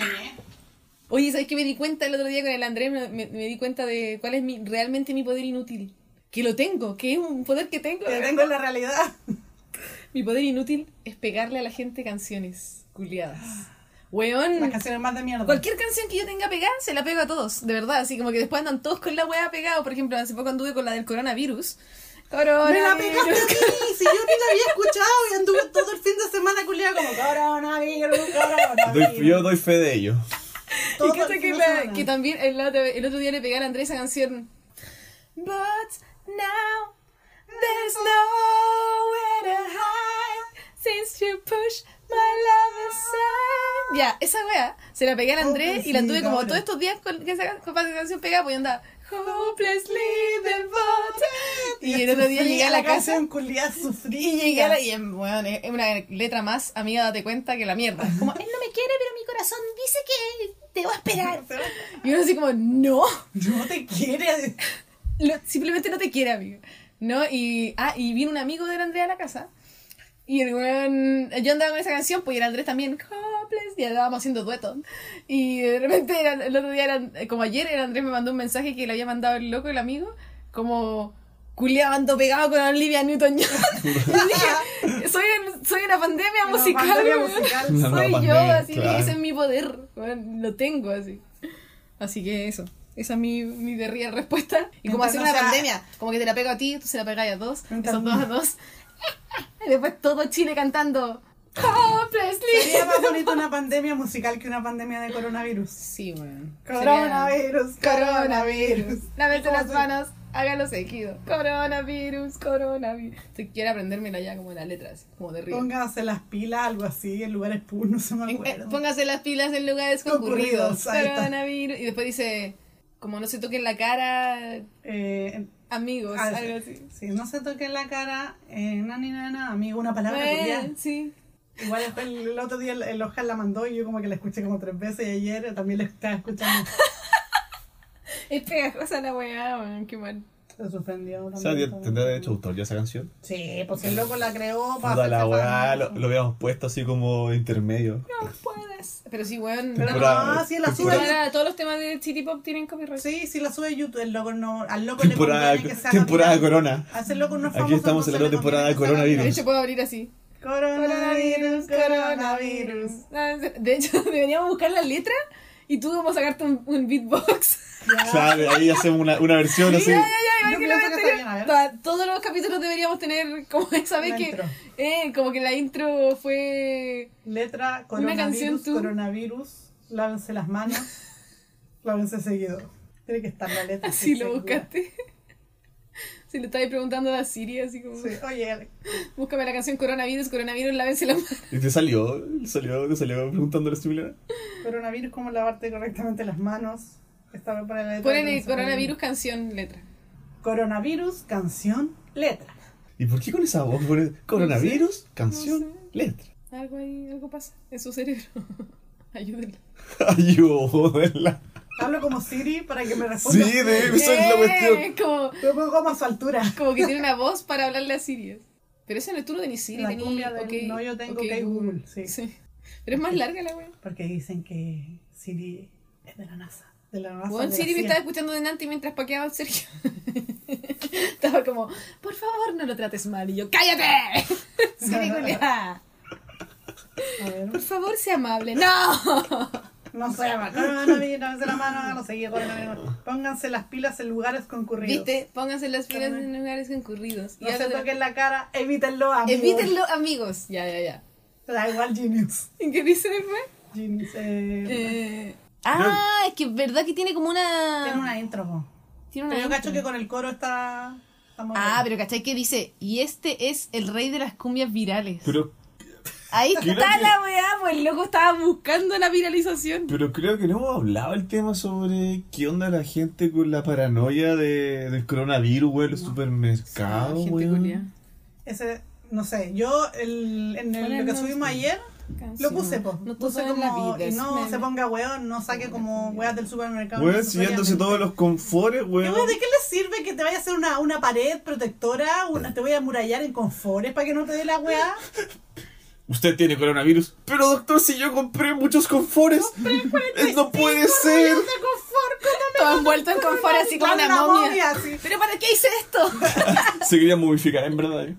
¿eh? Oye, ¿sabes qué me di cuenta el otro día con el Andrés? Me, me- me di cuenta de cuál es mi, realmente mi poder inútil. Que lo tengo, que es un poder que tengo. Lo tengo en la realidad. Mi poder inútil es pegarle a la gente canciones culiadas. Las Weón, canciones más de mierda. Mm. cualquier canción que yo tenga pegada, se la pego a todos, de verdad. Así como que después andan todos con la wea pegada. Por ejemplo, hace poco anduve con la del coronavirus. ¡Me la Coronavirus. pegaste a mí! Si yo ni la había escuchado y anduve todo el fin de semana culiada como coronavirus, Doy, yo coronavirus. doy fe de ello. Todo Y cacha el que, fin de la- semana. que también el otro, el otro día le pegué a la Andrea esa canción. But now there's nowhere to hide since you push my love aside. Ya, esa wea se la pegué a la Andrés y la tuve como todos estos días con, que esa, con esa canción pegada, pues y andaba hopelessly devoted. Y el otro día Sufrí llegué a la casa canción culiada sufrí. y llegué a la- y en- bueno, es es una letra más, amiga, date cuenta que la mierda. Es Como, él no me quiere, pero mi corazón dice que te va a esperar. Y uno así como, no, No te quiere. lo- simplemente no te quiere, amigo. ¿No? Y, ah, y vino un amigo de la Andrea a la casa. Y el weón, yo andaba con esa canción, pues y el Andrés también, hopeless, y andábamos haciendo duetos. Y de repente, era- el otro día, era- como ayer, el Andrés me mandó un mensaje que le había mandado el loco, el amigo, como, culiando pegado con Olivia Newton-John. Y dije, soy, un- soy una pandemia Una musical, pandemia weón. musical. Una soy nueva yo, pandemia, así, claro. ese es mi poder, weón, lo tengo, así. Así que eso, esa es mi, mi de real respuesta. Y como Mientras hacer no una sea- pandemia, como que te la pego a ti, tú se la pegas a dos, Mientras- son dos a dos. Y después todo Chile cantando. Hopelessly. Sería más bonito una pandemia musical que una pandemia de coronavirus. Sí, weón. Coronavirus, Sería- coronavirus. Lávense ¿Cómo las se- manos, háganlo seguido. Coronavirus, coronavirus. Si quiere aprendérmela ya como las letras, como de río. Pónganse las pilas, algo así, en lugares puros, no se me En- eh, acuerdo. Póngase las pilas en lugares concurridos. Concurridos, ahí está. Coronavirus. Y después dice, como no se toquen la cara, Eh, amigos, ah, algo sí. así. Sí, no se toquen la cara, eh, nani, nana, amigo, una palabra Bueno, culiá. sí. Igual después el, el otro día el, el Oscar la mandó y yo como que la escuché como tres veces y ayer también la estaba escuchando. Es pegajosa la weá, weón, qué mal. Se suspendió. O también sea, todo. tendrá derecho de autor ya esa canción. Sí, pues el loco la creó para... Puta la hacerse weá, lo, famoso. lo hubiéramos puesto así como intermedio. No puedes. Pero sí, weón. Pero no- Temporada- no, sí, la sube. temporada- Ahora todos los temas de City Pop tienen copyright. Sí, sí la sube a YouTube, el loco no... Al loco Temporada, le conviene que se haga temporada viral. corona. A ese loco no es Aquí famoso, estamos en la entonces nueva le conviene temporada que se haga de viral. De hecho, puedo abrir así. Coronavirus, coronavirus. De hecho, deberíamos buscar la letra y tú como sacarte un, un beatbox. Claro, ahí hacemos una, una versión así. Ya, ya, ya, Yo igual que pienso la que anterior. está bien, a ver. Ta- Todos los capítulos deberíamos tener como esa vez Una que... intro. Eh, como que la intro fue... Letra, canción coronavirus, tú. coronavirus, lávense las manos, lávense seguido. Tiene que estar la letra. Así lo segura. buscaste. Si le estabas preguntando a la Siri, así como... Sí, oye, Búscame la canción Coronavirus, Coronavirus, lávense la mano. Y te salió, salió, te salió preguntándole similar. coronavirus, ¿cómo lavarte correctamente las manos? Esta vez para la letra. Ponen lávense el las manos. Coronavirus canción letra. Coronavirus, canción, letra. ¿Y por qué con esa voz? Pone Coronavirus, canción, letra. Algo ahí, algo pasa en su cerebro. Ayúdenlo. Ayúdala. Hablo como Siri para que me Sí, responda. de eso es la cuestión. Eh, como, Lo pongo como a su altura. como que tiene una voz para hablarle a Siri. Pero eso no es tú no tenés Siri, La tenés... cumbia del ok, no, yo tengo ok, que Google, sí. Pero es más larga la wea. Porque dicen que Siri es de la NASA. De la NASA. Bueno, de la Siri me CIA. estaba escuchando de Nanti mientras paqueaba al Sergio. estaba como, por favor, no lo trates mal. Y yo, ¡cállate! Siri, culiá. A ver. Por favor, sea amable. ¡No! No se llama coronavirus, lávense la mano, háganlo seguido, coronavirus. Pónganse las pilas en lugares concurridos. Viste, pónganse las pilas en lugares concurridos. Y No se hablo de- toquen la cara, evítenlo, amigos. Evítenlo, amigos. Ya, ya, ya. Da igual, genius. ¿En qué dice después? Genius, eh, Eh, Ah, es que es verdad que tiene como una. Tiene una intro. po. tiene una Pero yo intro. cacho que con el coro está... está muy Ah, pero bien. ¿cachai que dice? Y este es el rey de las cumbias virales. Pero, Ahí Creo está que- la weá, pues el loco estaba buscando la viralización. pero creo que no hemos hablado el tema sobre qué onda la gente con la paranoia de, del coronavirus, güey, los supermercados, Ah, Gente güey. culia. Ese, no sé, yo el, en el- Poner lo que nombre. subimos ayer... Lo puse, po. No puse en como, la vida. y no es se meme. ponga weón, no saque como weas del supermercado. Güey, necesariamente. siguiéndose todos los confortes, güey. ¿Qué, güey, ¿De qué le sirve que te vaya a hacer una, una pared protectora? Una, ¿Te voy a murallar en confores para que no te dé la weá? Usted tiene coronavirus. Pero doctor, si yo compré muchos confores. Eh, no puede ser. Todo envuelto en confort así como una momia. sí. ¿Pero para qué hice esto? Se quería momificar, en verdad. eh.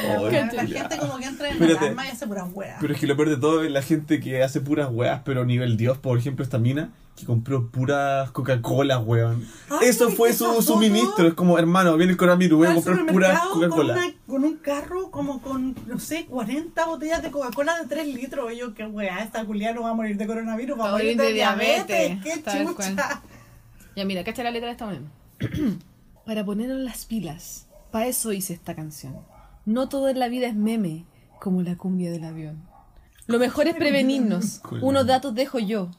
Ay, Cacha. la ya. gente como que entra en Espérate. alarma y hace puras weas. Pero es que lo peor de todo es la gente que hace puras weas, pero nivel Dios, por ejemplo, esta mina que compró puras Coca-Cola, weón. Ay, Eso fue ¿viste su esa suministro. foto? Es como, hermano, viene el coronavirus, voy a Al comprar puras supermercado Con, Coca-Cola. una- con un carro como con, no sé, 40 botellas de Coca-Cola de 3 litros. Y yo, qué weá, esta culia no va a morir de coronavirus, va a Va a morir de, morir de diabetes. diabetes, Qué tal chucha. cual. Ya mira, cacha la letra de esta manera. Para ponernos las pilas, para eso hice esta canción. No todo en la vida es meme, como la cumbia del avión. Lo mejor es prevenirnos. Cool. Unos datos dejo yo.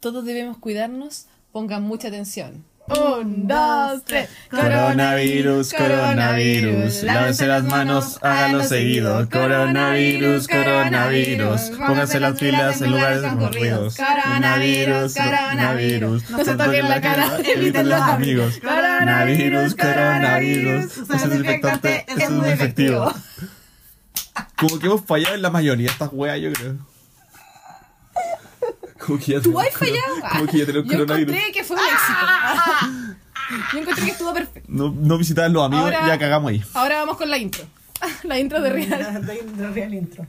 Todos debemos cuidarnos. Pongan mucha atención. Un, dos, tres. Coronavirus, coronavirus, lávense las manos, háganlo seguido. Coronavirus, coronavirus, pónganse las pilas en lugares concurridos. Coronavirus, coronavirus, no se toquen la cara, eviten los amigos. Coronavirus, coronavirus, ese desinfectante es muy efectivo. Como que hemos fallado en la mayoría de estas weas, yo creo. Como que ya ¿Tú tenemos has fallado? Como que ya tenemos Yo coronavirus. encontré que fue un éxito. Yo encontré que estuvo perfecto. No, no visitar a los amigos, Ahora- ya cagamos ahí. Ahora vamos con la intro. La intro de Real. La- De, de real intro.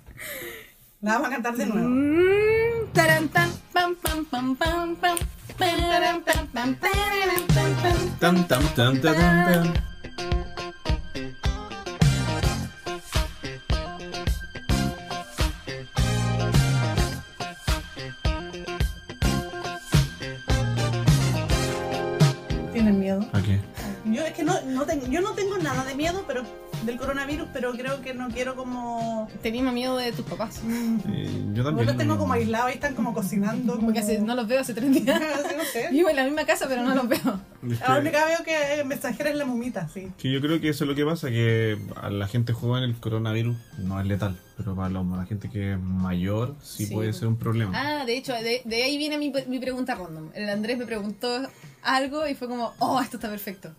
La vamos a cantar de nuevo. Mm, taran, tan, pam, pam, pam, pam, pam, taran, tan, pam, taran, tan, tan. Tam, tam, tam, tam, tam. Mm. ¿Tienen miedo? ¿A qué? Yo es que no, no tengo, yo no tengo nada de miedo pero del coronavirus, pero creo que no quiero como... Tenía más miedo de tus papás. Eh, yo Yo también. los tengo no- como aislados y están como cocinando. Porque hace- no los veo hace tres días. no sé. Vivo en la misma casa, pero no los veo. Es que- La única veo que eh, mensajera es la mumita, sí. que yo creo que eso es lo que pasa, que a la gente joven el coronavirus no es letal, pero para la, la gente que es mayor sí, Sí. puede ser un problema. Ah, de hecho, de, de ahí viene mi, mi pregunta random. El Andrés me preguntó algo y fue como, oh, esto está perfecto.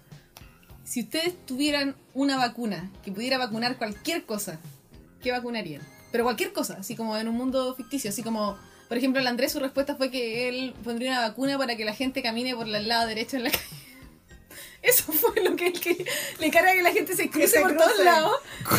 Si ustedes tuvieran una vacuna que pudiera vacunar cualquier cosa, ¿qué vacunarían? Pero cualquier cosa, así como en un mundo ficticio, así como, por ejemplo, el Andrés su respuesta fue que él pondría una vacuna para que la gente camine por el lado derecho en la calle. Eso fue lo que, él quería. le carga que la gente se cruce se por cruce. todos lados.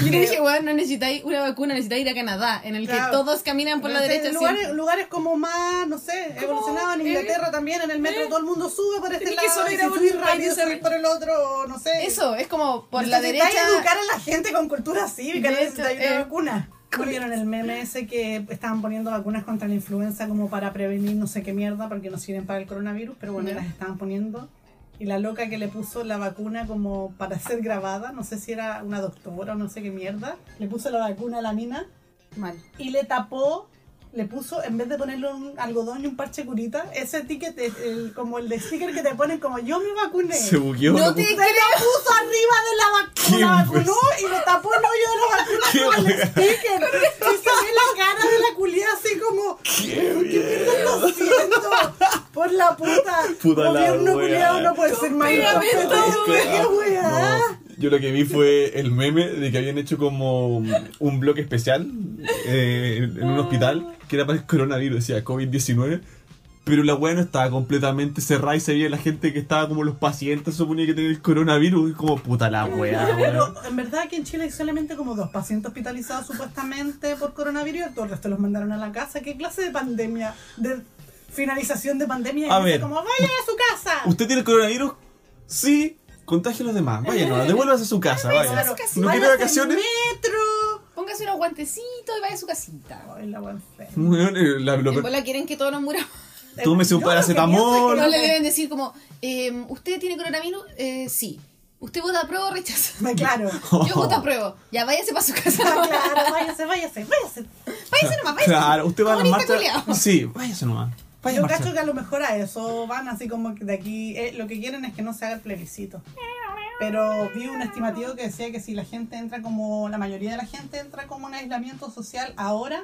Y le dije, bueno, no necesitáis una vacuna, necesitáis ir a Canadá, en el que Claro. todos caminan por la Entonces, derecha. lugares, siempre. lugares como más, no sé, evolucionados en eh, Inglaterra también, en el metro todo el mundo sube por este Tenés que lado, solo y ir si a un subís país rápido, de subís por el otro, o no sé. Eso, es como por la Necesitáis derecha. educar a la gente con cultura cívica, De hecho, necesitáis una eh, vacuna. ¿No ¿Vieron el meme ese que estaban poniendo vacunas contra la influenza como para prevenir no sé qué mierda porque no sirven para el coronavirus, pero bueno, Ya. las estaban poniendo? Y la loca que le puso la vacuna como para ser grabada, no sé si era una doctora o no sé qué mierda, le puso la vacuna a la mina Mal. y le tapó, le puso, en vez de ponerle un algodón y un parche curita, ese ticket, es el- como el de sticker que te ponen como yo me vacuné. Se bugueó. No la te pu- Se lo puso arriba de la ¿Qué vacuna, vacunó y le tapó el hoyo de la vacuna ¿Qué con el wea? sticker. Y se ve la cara de la culia así como, ¡Qué bien! lo siento, por la puta. Puta la Gobierno wea. culiado no puede ser más pegamento, incompetente, qué wea. No, este, ah, Yo lo que vi fue el meme de que habían hecho como un bloque especial eh, en un hospital que era para el coronavirus, decía COVID-19. Pero la weá no estaba completamente cerrada y se veía la gente que estaba como los pacientes, se suponía que tenía el coronavirus. Y como puta la weá, Pero weón. en verdad que en Chile hay solamente como dos pacientes hospitalizados supuestamente por coronavirus, todo el resto los mandaron a la casa. ¿Qué clase de pandemia? De finalización de pandemia. Y A dice ver. Como vayan a su casa. ¿Usted tiene coronavirus? Sí, contagie a los demás. Vaya, no, devuélvase a su casa, vaya. Claro, ¿No váyase quiere en vacaciones? metro. Póngase unos guantecitos y vaya a su casita. Ay, la buena fe. Weón, eh, la- lo- En bola quieren que todos nos muramos. Tómese un Yo lo que paracetamol. pienso es que No no le me- deben decir como, ehm, ¿usted tiene coronavirus? Eh, sí. ¿Usted vota pro o rechaza? Me- Claro. Yo voto prueba. Ya váyase para su casa. Ah, Claro, váyase, váyase, váyase. Váyase nomás, váyase. Claro, usted va a la Comunista marcha. culiao. Sí, váyase nomás. Vaya Yo a marchar. cacho que a lo mejor a eso van así como que de aquí. eh, lo que quieren es que no se haga el plebiscito. Pero vi un estimativo que decía que si la gente entra como. La mayoría de la gente entra como en aislamiento social ahora,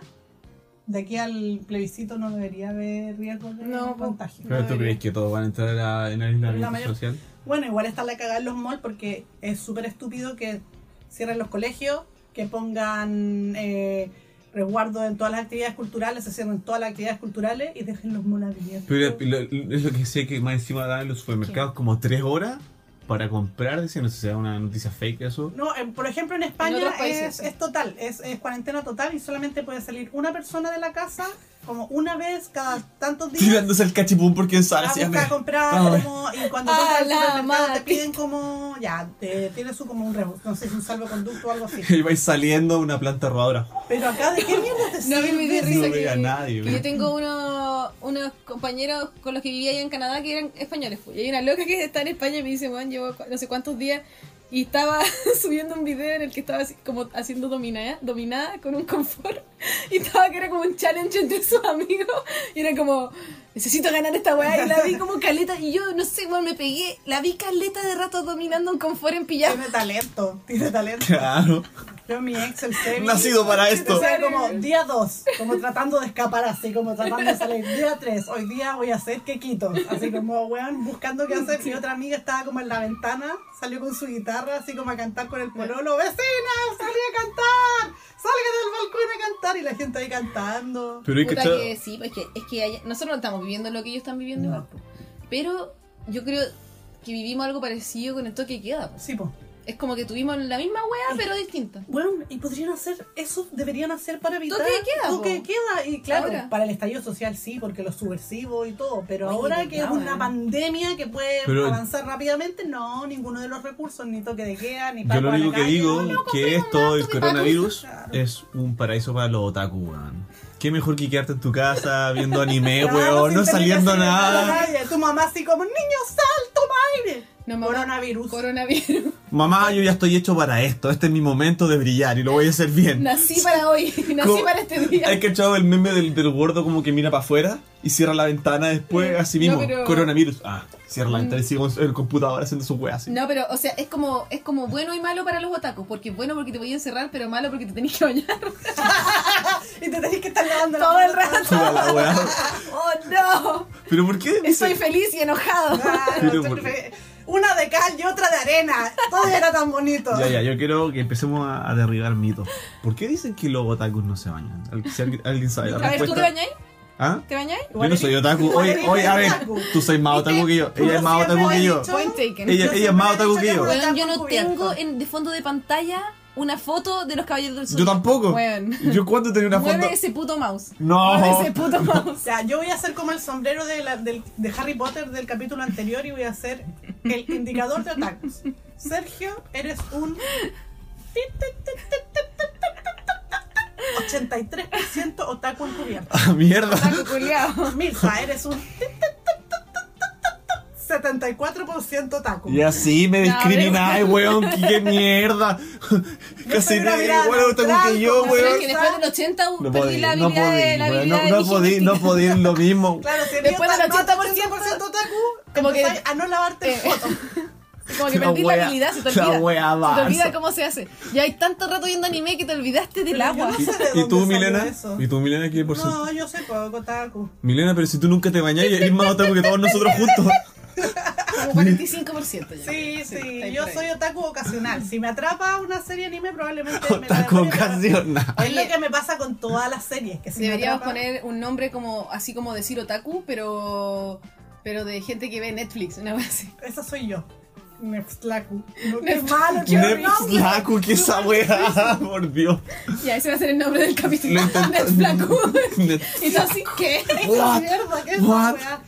de aquí al plebiscito no debería haber riesgo de No, po. contagio. ¿Pero tú crees que todos van a entrar a- en el aislamiento La mayor- social? Bueno, igual está la cagada en los malls porque es súper estúpido que cierren los colegios, que pongan eh, resguardo en todas las actividades culturales, se cierren todas las actividades culturales y dejen los monos abiertos. Pero lo- lo- es lo que sé que más encima dan en los supermercados como tres horas para comprar, dicen, no sé si sea una noticia fake eso. No, en- por ejemplo, en España En otros países, es, sí. es total, es, es cuarentena total y solamente puede salir una persona de la casa como una vez cada tantos días. Tirándose el cachipún por quién sabe. A así, buscar, a me- comprar, Ah, bueno. como, y cuando A compras al la supermercado te mati. piden como, ya, te, tienes un, como un rebu- no sé, un salvoconducto o algo así. Y vais saliendo una planta robadora. Pero acá, ¿de qué mierda te No vi muy de sirve? risa No que, vea a nadie, que ¿no? yo tengo uno, unos compañeros con los que vivía allá en Canadá que eran españoles. pues. Y hay una loca que está en España y me dice, bueno, llevo cu- no sé cuántos días y estaba subiendo un video en el que estaba así, como haciendo dominada, dominada con un confort. Y estaba que era como un challenge entre sus amigos. Y era como, necesito ganar esta weá. Y la vi como caleta. Y yo, no sé, bueno, me pegué. La vi caleta de rato dominando un confort en pijama. Tiene talento, tiene talento. Claro. Yo, mi ex, el Sebi, Nacido para esto. O sea, como día 2, como tratando de escapar así, como tratando de salir. Día 3, hoy día voy a hacer quequitos. Así como, weón, buscando qué hacer. Mi otra amiga estaba como en la ventana, salió con su guitarra, así como a cantar con el pololo. ¡Vecina, salí a cantar! ¡Salga del balcón a cantar! Y la gente ahí cantando. Pero hay que Puta echar- que sí, pues que, es que allá- nosotros no estamos viviendo lo que ellos están viviendo No. igual, pues. Pero yo creo que vivimos algo parecido con el toque de queda. pues. Sí, po. Es como que tuvimos la misma wea, pero distinta. Bueno, y podrían hacer eso, deberían hacer para evitar. Toque de queda, Toque de po. queda, y claro, Ahora. para el estallido social sí, porque los subversivos y todo. Pero Oye, ahora verdad, que es una weón. pandemia que puede Pero- avanzar rápidamente, no, ninguno de los recursos, ni toque de queda, ni Yo pago lo a la único que calle. No, digo no, que compremos esto, el más tupipacos. coronavirus, Claro. es un paraíso para los otaku, weón. Qué mejor que quedarte en tu casa viendo anime, claro, eh, weón, sin tener no que saliendo a salir a la nada. calle. Tu mamá así como, niño, sal, toma aire. No, mamá. Coronavirus. Coronavirus. Mamá, yo ya estoy hecho para esto, este es mi momento de brillar y lo voy a hacer bien. Nací para hoy, nací Como- para este día. Hay que echar el meme del, del gordo como que mira para afuera y cierra la ventana después, así mismo. No, pero- Mm. Coronavirus. Ah, cierra la ventana y sigue con el computador haciendo su wea así. No, pero, o sea, es como, es como bueno y malo para los otakus. Porque es bueno porque te voy a encerrar, pero malo porque te tenés que bañar Y te tenés que estar lavando la todo mano el rato. Toda la wea. ¡Oh, no! Pero ¿por qué? Estoy feliz y enojado. Claro, Pero tú- por- Una de cal y otra de arena. Todo era tan bonito. Ya, ya, yo quiero que empecemos a, a derribar mitos. ¿Por qué dicen que los otakus no se bañan? Al- Si alguien, alguien sabe la A ver, ¿tú respuesta. te bañáis? ¿Ah? ¿Te bañáis? Yo no soy otaku. Igual Oye, eres oye, a ver, otaku. tú sois más otaku que yo. Ella es más siempre otaku lo que he yo. dicho. Point taken. Ella, Yo ella es más siempre otaku he dicho que yo. que Weón, Están yo no cubiertos. tengo en, de fondo de pantalla una foto de los caballeros del sur. Yo tampoco. Weón. Yo cuando tenía una foto. Mueve ese puto mouse. No. Mueve ese puto mouse. O sea, yo voy a hacer como el sombrero de, la- del- de Harry Potter del capítulo anterior y voy a hacer el indicador de otakus. Sergio, eres un 83% otaku encubierto. Ah, mierda. Taco culiao. Mirza, eres un 74% otaku. Y así me No, discrimináis, weón. qué- ¡Qué mierda! Casi soy una te mirada igual otaku neutral, que yo, con No, pero es weón. que después del 80 No perdí la podía, no habilidad de podía, la weón. habilidad No, de no Vigil podía, Instinct. no podía lo mismo. Claro, si Después del 80% otaku, Como como que- que a no lavarte el Eh. foto. Como que La perdí la wea- habilidad, se te la olvida. wea se te avanza. olvida cómo se hace. Ya hay tanto rato viendo anime que te olvidaste del Pero yo agua. no sé de ¿Y dónde tú, salió Milena? eso. ¿Y tú, Milena, qué por ciento? No, yo soy poco otaku. Milena, pero si tú nunca te bañas, eres más otaku que todos nosotros juntos. Como 45% ya. Sí, sí, está ahí yo por ahí. soy otaku ocasional. Si me atrapa una serie anime, probablemente me la Otaku demore, pero ocasional. Es lo que me pasa con todas las series. Que si me Deberíamos atrapa- poner un nombre como así como decir otaku, pero pero de gente que ve Netflix, una vez así. Esa soy yo. Nefslaku. No, qué Nef- malo, qué Nep pues, horrible. Slaku, que esa weá, por Dios. Ya, ese va a ser el nombre del capítulo. Lo intento- Netflaku. Net- Y tú así, ¿qué? What? Mierda, qué What? fea.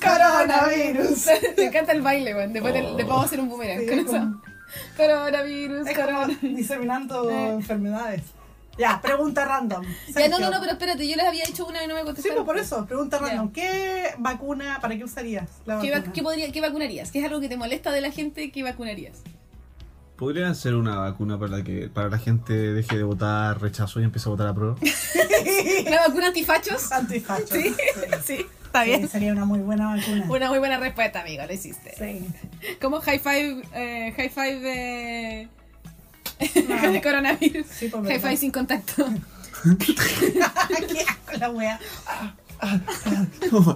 coronavirus. Me encanta el baile, weón. Después, te- Oh. después vamos a hacer un boomerang Sí, con es eso. como- Coronavirus, Es como coronavirus. diseminando Eh. enfermedades. Ya, pregunta random. Ya, no, Sergio. no, no, pero espérate, yo les había hecho una y no me Sí, contestaron. pues por eso, pregunta random. ¿Qué vacuna, para qué usarías la ¿Qué, vacuna? va- qué podría, ¿Qué vacunarías? ¿Qué es algo que te molesta de la gente? ¿Qué vacunarías? ¿Podrían hacer una vacuna para que para la gente deje de votar rechazo y empiece a votar a pro? ¿Una vacuna antifachos? Antifacho. Sí, sí, está Sí, bien. sería una muy buena vacuna. Una muy buena respuesta, amigo, lo hiciste. Sí. Como high five, eh, high five de, No. de coronavirus. Sí, por high verdad. five sin contacto. Qué asco la wea.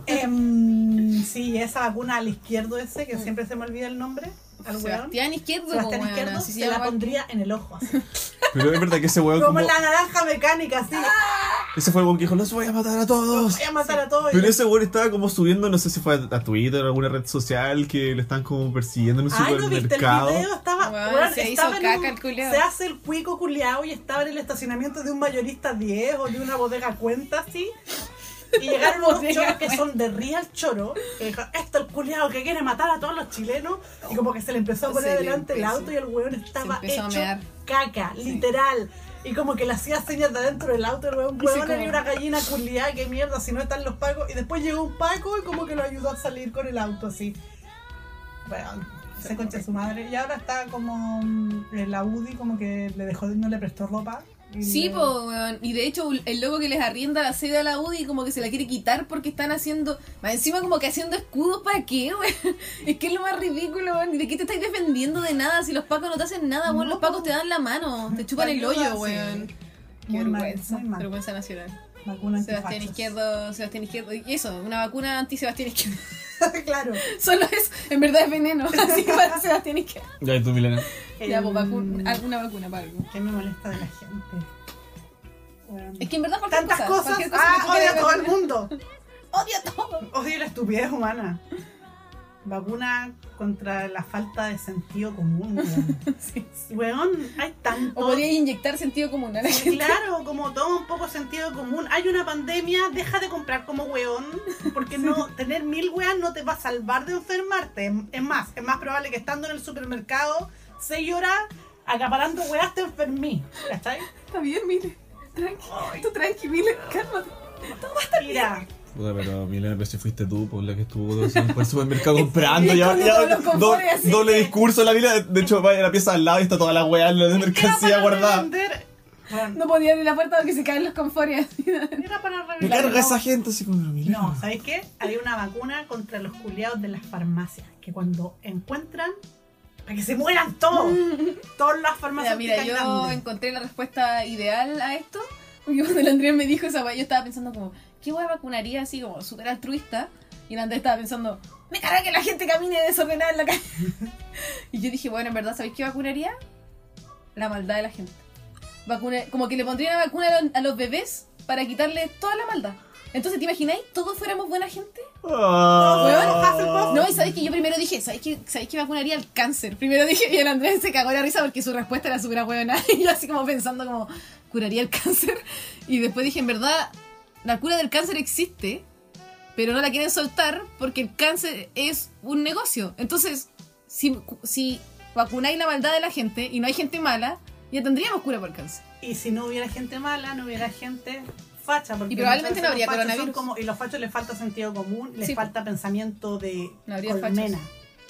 Em, sí, esa vacuna al izquierdo ese, que siempre se me olvida el nombre. al weón. Mm. Sebastián Izquierdo, Sebastián weón, Izquierdo así se se la llama. pondría en el ojo. así. Pero es verdad que ese weón. Como Como, la naranja mecánica, así. Ah, ese fue el weón que dijo: Los voy a matar a todos. Voy a matar a todos. Pero ese weón estaba como subiendo, no sé si fue a- a Twitter o alguna red social que le están como persiguiendo en un Ay, Ah, ¿no viste el supermercado. video? Estaba, Weón, weón, se hizo estaba en caca un- el culiao. Se hace el cuico culiao y estaba en el estacionamiento de un mayorista 10 o de una bodega cuenta, así. Y llegaron unos Bodega choros que son de real choro. Que dijo, esto es el culiao que quiere matar a todos los chilenos. Y como que se le empezó a Se poner le delante el empezó. auto y el weón estaba Se empezó a hecho mear. caca, literal. Y como que le hacía señas de adentro del auto, el weón, Dice weón, como- era una gallina culiada, qué mierda, si no están los pacos. Y después llegó un paco y como que lo ayudó a salir con el auto, así. Bueno, se concha su madre. Y ahora está como mm, la Udi, como que le dejó, no le prestó ropa. y Sí, le- po, weón. Y de hecho, el loco que les arrienda la sede a la UDI como que se la quiere quitar porque están haciendo. Más encima, como que haciendo escudos para qué, weón. Es que es lo más ridículo, weón. ¿Y de qué te estáis defendiendo de nada? Si los pacos no te hacen nada, weón. No, Los pacos te dan la mano, te chupan el Ayuda, hoyo, sí. weón. Qué Muy mal, vergüenza. muy mal. Vergüenza nacional. Vacuna Sebastián antifachos. Izquierdo, Sebastián Izquierdo. Y eso, una vacuna anti-Sebastián Izquierdo. claro. Solo es, en verdad es veneno. Así que para Sebastián Izquierdo. Ya, y tú, Milena. Ya, Em, pues, vacu- alguna vacuna para algo. ¿Qué me molesta de la gente? Em, Bueno, Es que en verdad, cualquier Tantas cosa, cosas. cualquier cosa que Ah, tú odio quieras a todo el vacunar. mundo. Odio todo. Odio la estupidez humana. Vacuna contra la falta de sentido común. weón. Sí. Weón, hay tanto. O podría inyectar sentido común a la gente. Claro, como todo un poco sentido común. Hay una pandemia, deja de comprar como weón, porque no tener mil weas no te va a salvar de enfermarte. Es más, es más probable que estando en el supermercado seis horas acaparando weas te enfermí. ¿Cachai? Está bien, mire. Tranqui, tú tranqui, mire, cálmate. Mira, Puta, pero Milena, pero si fuiste tú por la que estuvo todo el por el supermercado comprando. Sí, ya, con ya, todos los do- conformes, así doble que- discurso la Milena. De hecho, va a la pieza al lado y está toda la weá en la mercancía era para guardada. revender. Bueno, No podía abrir la puerta porque se caen los confores. era para Me revelar. carga esa gente así como Milena. No, ¿sabes qué? Hay una vacuna contra los culiados de las farmacias que cuando encuentran, para que se mueran todos. Todas las Mira, farmacias. mira, yo encontré la respuesta ideal a esto. Porque cuando el Andrés me dijo esa weá, yo estaba pensando como, ¿qué weá vacunaría así como súper altruista? Y el Andrés estaba pensando, me carga que la gente camine desordenada en la calle. y yo dije, bueno, en verdad, ¿sabéis qué vacunaría? La maldad de la gente. Vacuna, como que le pondría una vacuna a los, a los bebés para quitarle toda la maldad. Entonces, ¿te imagináis? ¿Todos fuéramos buena gente? Ah. Weón, No, y sabéis que yo primero dije, ¿sabéis que, ¿sabéis que vacunaría al cáncer? Primero dije, y el Andrés se cagó la risa porque su respuesta era súper huevona. Y yo así como pensando como, ¿curaría el cáncer? Y después dije, en verdad, la cura del cáncer existe, pero no la quieren soltar porque el cáncer es un negocio. Entonces, si, si vacunáis la maldad de la gente y no hay gente mala, ya tendríamos cura por el cáncer. Y si no hubiera gente mala, no hubiera gente facha. Porque Y probablemente muchas no habría veces los fachos son coronavirus. Como, y los fachos les falta sentido común, les Sí. falta pensamiento de No habría colmena.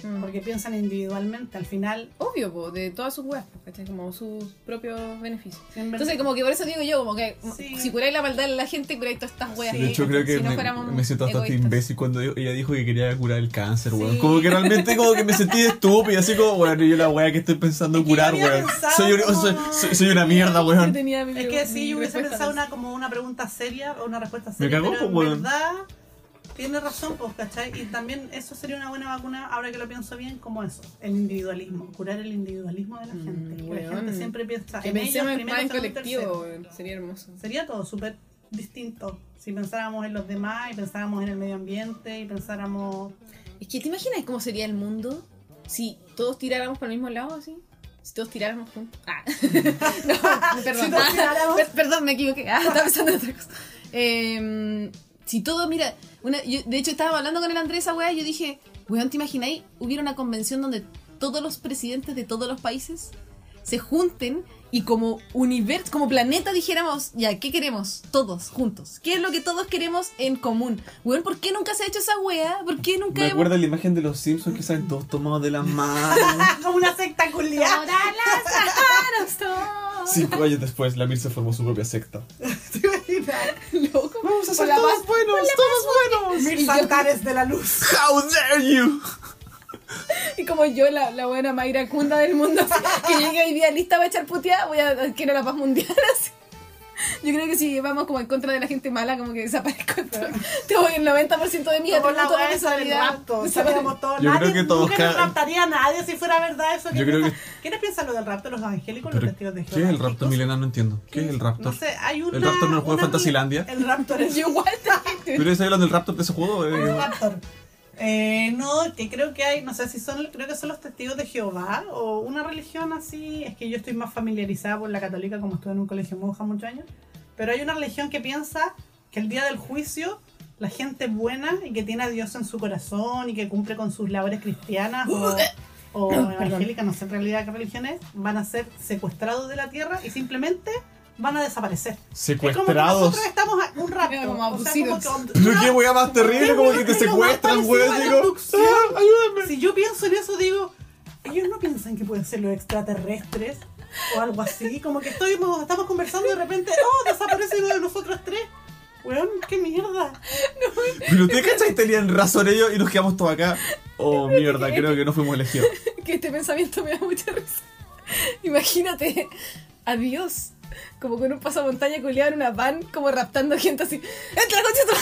Mm. Porque piensan individualmente, al final. Obvio, po, de todas sus weas, po, ¿cachai? Como sus propios beneficios. en verdad- Entonces, como que por eso digo yo, como que Sí. si curáis la maldad de la gente, curáis todas estas weas. Sí, de hecho, creo que si no me, fuéramos me siento bastante egoístas. imbécil cuando yo- ella dijo que quería curar el cáncer, weón. Sí. Como que realmente como que me sentí estúpida, así como, weón, yo la weá que estoy pensando Es que yo curar, había weón. pensado Soy, un- como- soy, soy- soy una mierda, Yo weón. tenía mi- Es que sí, mi yo hubiese respuesta pensado a eso. una, como una pregunta seria o una respuesta seria. cagó, pero en pues, weón. verdad tiene razón, pues, ¿cachai? Y también eso sería una buena vacuna, ahora que lo pienso bien, como eso, el individualismo, curar el individualismo de la Mm, gente. que la weón. gente siempre piensa Que en ellos pensemos en primero, más en segundo, colectivo, tercero. weón, sería hermoso. Sería todo súper distinto si pensáramos en los demás y pensáramos en el medio ambiente y pensáramos... Es que te imaginas cómo sería el mundo si todos tiráramos para el mismo lado así. Si todos tiráramos juntos. Ah. no, perdón. Si todos tiráramos. Per- perdón, me equivoqué. Ah, estaba pensando en otra cosa. Eh, si todos, mira, una, yo, de hecho estaba hablando con el Andrés esa weá y yo dije, weón, ¿te imagináis? Hubiera una convención donde todos los presidentes de todos los países se junten y como universo, como planeta dijéramos, ya, ¿qué queremos? Todos, juntos. ¿Qué es lo que todos queremos en común? Weón, ¿por qué nunca se ha hecho esa weá? ¿Por qué nunca Me hemos acuerdo la imagen de los Simpsons que salen todos tomados de las manos. Como una secta culiada. Todas las manos, Cinco pues, años después, la Mirce formó su propia secta. ¿Te imaginas? Loco. Vamos Son todos buenos, todos buenos. Mil saltares de la luz. How dare you? Y como yo, la, la buena Mayra Cunda del mundo, así, que llegue hoy día lista para echar puteada, voy a adquirir la paz mundial. Así. Yo creo que si vamos como en contra de la gente mala, como que desaparezco. Tengo el 90% de mi Como la weá esa del rapto. Sabíamos todo. Yo creo nadie, que todos nunca nos ca- raptaría a nadie si fuera verdad eso. Yo ¿Quiénes creo piensan- ¿Quiénes piensan lo del rapto? ¿Los evangélicos? ¿Los Pero, testigos de ¿Qué es el raptor, Milena? No entiendo. ¿Qué es el raptor? No sé, hay una... ¿El raptor no es un juego de una- Fantasylandia? El raptor es Yo igual te- ¿Pero sabes hablando del raptor de ese juego? Ah, un Eh, raptor. Eh, no, que creo que hay, no sé si son, creo que son los testigos de Jehová o una religión así. Es que yo estoy más familiarizada por la católica, como estuve en un colegio monja muchos años. Pero hay una religión que piensa que el día del juicio la gente es buena y que tiene a Dios en su corazón y que cumple con sus labores cristianas o, o evangélicas, no sé en realidad qué religiones, van a ser secuestrados de la tierra y simplemente van a desaparecer. Es como que Secuestrados. nosotros estamos a un rapto. Como o sea, como que- Pero qué weá más terrible, como que te Es lo más secuestran, parecido a weón. la Digo, abducción. "Ah, ayúdame. Si yo pienso en eso, digo, ellos no piensan que pueden ser los extraterrestres o algo así. Como que estoy, estamos conversando y de repente, oh, desaparece uno de nosotros tres. Weón, qué mierda. Pero te cachai, tenían razón ellos y nos quedamos todos acá. Oh, mierda, creo que no fuimos elegidos. que este pensamiento me da mucha risa. Imagínate, adiós. Como con un pasamontaña culiado en una van, como raptando gente así. ¡Entra, coche!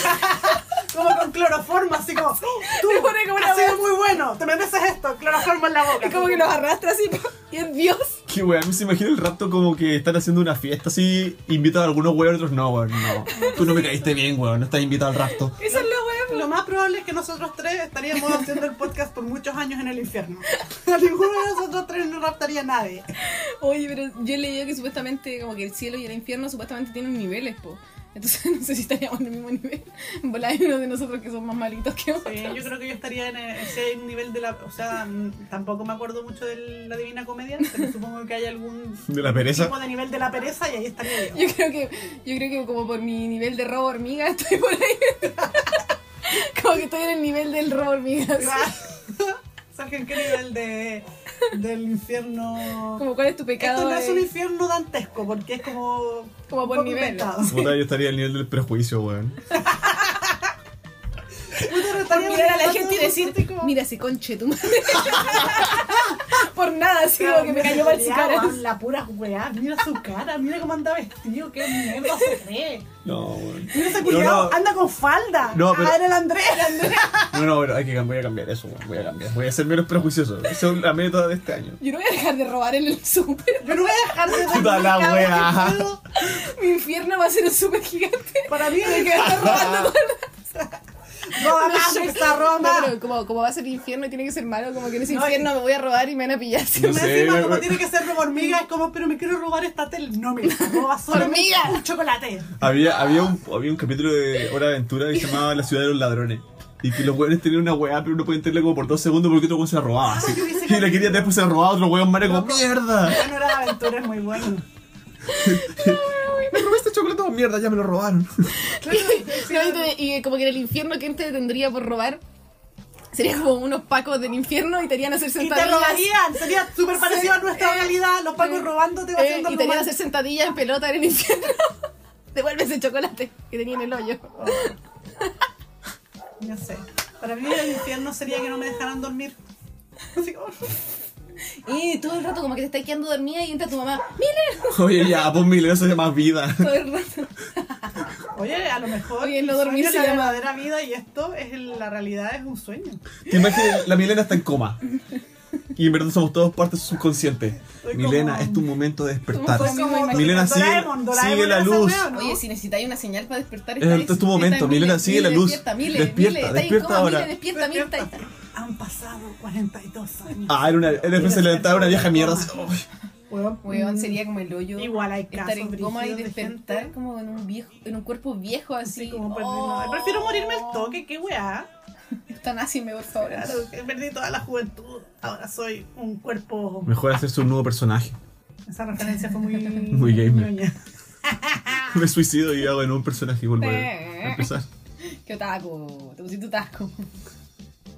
Como con cloroforma, así como, "Oh, tú Me pone como una has sido muy bueno, te mereces esto, cloroforma en la boca. Y como que los arrastra así. Y es Dios. Qué weá, a mí se imagina el rapto como que están haciendo una fiesta así, invitan a algunos weón, otros no, weón, no. Tú no me caíste bien, weón, no estás invitado al rapto. Eso es lo weón. Lo más probable es que nosotros tres estaríamos haciendo el podcast por muchos años en el infierno. A ninguno de nosotros tres no raptaría a nadie. Oye, pero yo he leído que supuestamente, como que el cielo y el infierno supuestamente tienen niveles, po. Entonces no sé si estaríamos en el mismo nivel. En volada hay uno de nosotros que son más malitos que otros. Sí, yo creo que yo estaría en ese nivel de la. O sea, mm, tampoco me acuerdo mucho de la Divina Comedia, pero supongo que hay algún De la pereza. tipo de nivel de la pereza y ahí estaría yo. Yo creo que, yo creo que como por mi nivel de robo hormiga estoy por ahí. como que estoy en el nivel del robo hormiga. así. ¿Sabes en qué nivel de, del infierno? Como cuál es tu pecado. Esto no es un eh? infierno dantesco, porque es como. Como un por poco nivel. inventado. Puta, yo estaría al nivel del prejuicio, weón. Puta, pero Por estaría mirar a la hablando gente y decir, así como- mira ese conche tu madre. por nada, así como que me cayó mal su Ya, cara. weón, La pura weá, mira su cara, mira cómo anda vestido, qué mierda se cree. No, weón. Mira ese No, culiao, no. anda con falda. No, pero- Ah, era el Andrés, el Andrés. No, no, pero hay que, cam- voy a cambiar eso, weón, voy a cambiar. Voy a ser menos prejuicioso. Esa es la meta de este año. Yo no voy a dejar de robar en el súper. Yo no voy a dejar de ver Puta la cada vez wea. que puedo. Mi infierno va a ser un súper gigante. Para mí Me es voy a estar robando todo el Roma, Alexa, Roma. No, pero como, como va a ser infierno y tiene que ser malo, como que en ese No, infierno me voy a robar y me van a pillar. No Más sé, encima, me- como tiene que ser Roma hormiga, es como, pero me quiero robar esta tel. No, mira, roba solo Hormiga. un chocolate. Había, había, un, había un capítulo de Hora de Aventura que se llamaba La ciudad de los ladrones. Y que los weones tenían una weá, pero uno podía tenerla como por dos segundos porque otro weón se la robaba. así. Yo hubiese Y la quería después se la robaba otro weón mare como mierda. Ya no era de aventura, es muy bueno. Me robé este chocolate como mierda, ya me lo robaron. Claro, sí, No, entonces, y eh, como que en el infierno, ¿quién te detendría por robar? Sería como unos pacos del infierno y te harían hacer y te sentadillas. eh, robarían, sería súper parecido a nuestra realidad, los pacos robándote, Eh, haciendo y lo te harían mal. hacer sentadillas en pelota en el infierno. Devuelve ese chocolate que tenía en el hoyo. No sé. Para mí el infierno sería que no me dejaran dormir. Así como, Y todo el rato como que te estás quedando dormida y entra tu mamá. ¡Mire! Oye, ya, pues mil, eso se llama vida. Todo el rato. Oye, a lo mejor Oye, no el sueño dormir es se la llama- verdadera vida y esto es el- la realidad es un sueño. Te imaginas, la Milena está en coma. Y en verdad somos todos parte de su subconsciente. Soy Milena, como- es tu momento de despertar. Soy como- Ah, Milena, sigue- Doraemon, Doraemon sigue la era esa luz. wea, ¿no? Oye, si necesitáis una señal para despertar, Es el- es tu momento, Milena, sigue la luz. Despierta, Mile, Despierta, Mile, está ahí en despierta coma, ahora. Mile, despierta, Mile, está ahí. Han pasado 42 años. Ah, era una, era se levantaba una vieja mierda. así, "Ay". Weón, mm, Weón, sería como el hoyo. Igual hay casos Estar en coma y brígidos de despertar gente. como en un viejo, en un cuerpo viejo así. así como perder- Oh. no, Prefiero morirme al toque, qué weá. Eutanásime, por favor. Claro, que perdí toda la juventud. Ahora soy un cuerpo. Mejor hacerse un nuevo personaje. Esa referencia fue muy. Muy gamer. ñoña. Me suicido y hago en un personaje y vuelvo a- a empezar. Qué otaku, te pusiste otaku.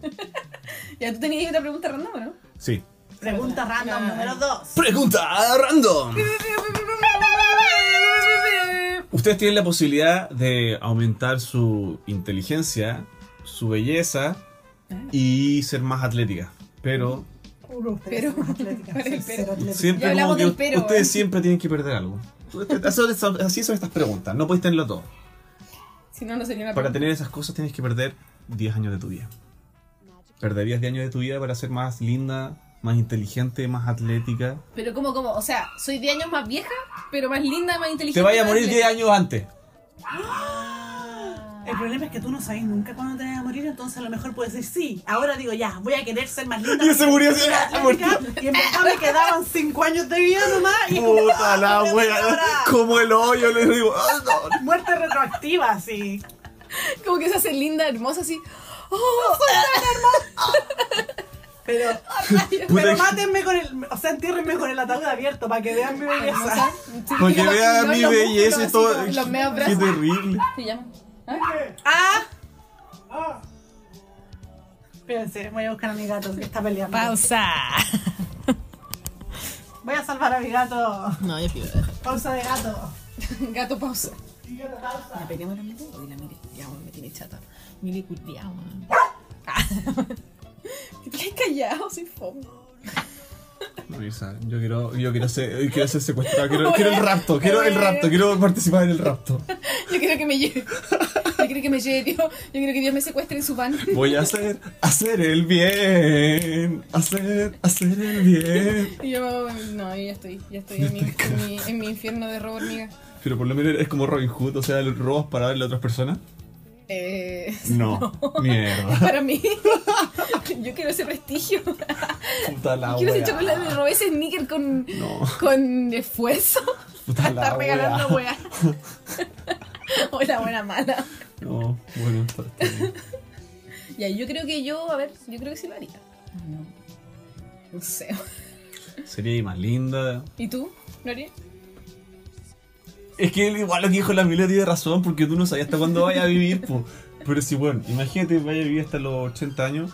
ya, tú tenías otra pregunta random, ¿o ¿no? Sí. Pregunta random número 2. Pregunta random. Ustedes tienen la posibilidad de aumentar su inteligencia, su belleza y ser más atlética. Pero Puro, ustedes Pero- son más atléticas, pero- soy cero atlética. siempre Ya hablamos como que del pero, ustedes ¿eh? siempre tienen que perder algo. Así son estas preguntas. No podéis tenerlo todo. Si no, no sería una Para pregunta. tener esas cosas tienes que perder 10 años de tu vida. Perderías 10 años de tu vida para ser más linda, más inteligente, más atlética. Pero como, como, o sea, soy 10 años más vieja, pero más linda, más inteligente. Te vaya a más morir bien. 10 años antes. El problema es que tú no sabes nunca cuándo te vas a morir, entonces a lo mejor puedes decir, sí, ahora digo ya, voy a querer ser más linda. Y se murió así, más ah, muerto. atlética", Y en verdad me quedaban 5 años de vida nomás. Y es como, Puta la "Ah, wea, ahora". como el hoyo, le digo. "Ah, no". Muerte retroactiva, sí. Como que se hace linda, hermosa, así. ¡Oh! Pero, rayos! pero Puta que- mátenme con el, o sea, entiérrenme con el ataúd abierto para que vean mi belleza. Hermosa. Sí, Porque como- vea no, mi los belleza y músculos, todo. así como Los medios Qué brazos. terrible. Se llama. ¡Ah! Espérense, voy a buscar a mi gato que está peleando. Pausa. Voy a salvar a mi gato. No, yo pido. Pausa de gato. Gato pausa. La peguemos la mire. Uy, la mire. Ya, weón, me tiene chata. Mire, culiao. weón. Que te quedas Ah. callado, soy fome. No, Mirza, yo quiero, yo quiero ser, yo quiero ser secuestrado, quiero, Oye, quiero el rapto, quiero el oye. rapto, quiero participar en el rapto. Yo quiero que me lleve. Yo quiero que me lleve, Dios. Yo quiero que Dios me secuestre en su van. Voy a hacer, hacer el bien, hacer, hacer el bien. Y yo, no, yo ya estoy, ya estoy en mi, en mi, en mi infierno de robo hormiga. Pero por lo menos es como Robin Hood, o sea, robas para darle a otras personas. Eh, No, mierda. para mí, yo quiero ese prestigio. Puta la quiero ese wea. chocolate, me robé ese sneaker con, No, con esfuerzo. puta la Estar regalando wea. weá. Hola, buena mala. No, bueno, está, está bien. Ya, yo creo que yo, a ver, yo creo que sí lo haría. No. No sé. Sería más linda. ¿Y tú? ¿Lo harías? Es que él igual lo que dijo la Mila tiene razón, porque tú no sabías hasta cuándo vaya a vivir, po. Pero si, bueno, imagínate, vaya a vivir hasta los 80 años.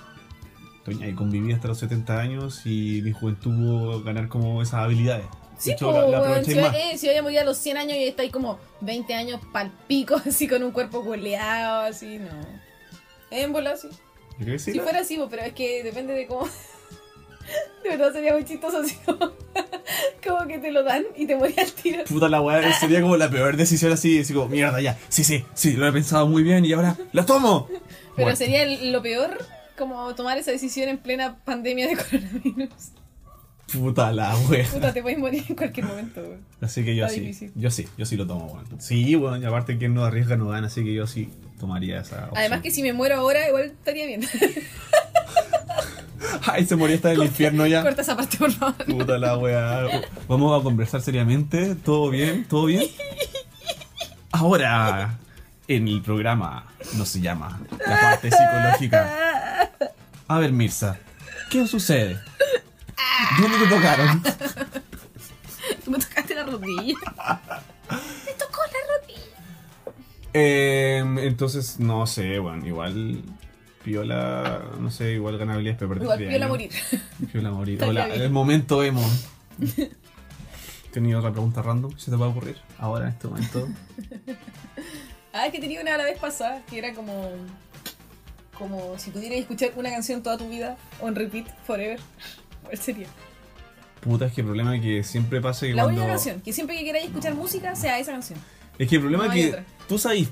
Toña, y conviví hasta los 70 años y mi juventud pudo ganar como esas habilidades. Sí, De hecho, po, la, la weón, aprovecháis si, más. eh, si voy a morir a los 100 años y estáis como 20 años pal pico, así con un cuerpo goleado, así, no. En volado, sí. Yo creo que sí, Si ¿no? fuera así, po, pero es que depende de cómo. De verdad sería muy chistoso, así como, como que te lo dan y te morí al tiro. Puta la weá, sería como la peor decisión así, así como, mierda, ya, sí, sí, sí, lo he pensado muy bien y ahora la tomo. Pero Muerte. sería el- lo peor como tomar esa decisión en plena pandemia de coronavirus. Puta la wea. Puta, te podéis morir en cualquier momento. weón. Así que yo Está sí, difícil. yo sí, yo sí lo tomo, weón. Sí, weón, y aparte quien no arriesga no gana, así que yo sí tomaría esa opción. Además que si me muero ahora, igual estaría bien. Ay, se moría hasta del infierno ya. Corta esa parte, por favor. Puta la weá. Vamos a conversar seriamente. ¿Todo bien? ¿Todo bien? Ahora, en el programa, no se llama la parte psicológica. A ver, Mirza, ¿qué sucede? ¿Dónde te tocaron? Tú me tocaste la rodilla. Eh, entonces, no sé, bueno, igual. Piola, no sé, igual ganabilidad, pero Igual perdería piola año. morir. Piola morir. Estaría Hola, bien. el momento emo. ¿Tenía otra pregunta random? que ¿Se te va a ocurrir? Ahora, en este momento. Ah, es que tenía una la vez pasada que era como. Como si pudieras escuchar una canción toda tu vida, on repeat, forever. ¿Cuál sería? Puta, es que el problema es que siempre pasa que La cuando... única canción, que siempre que queráis escuchar música, sea esa canción. Es que el problema No es hay que otra. tú sabes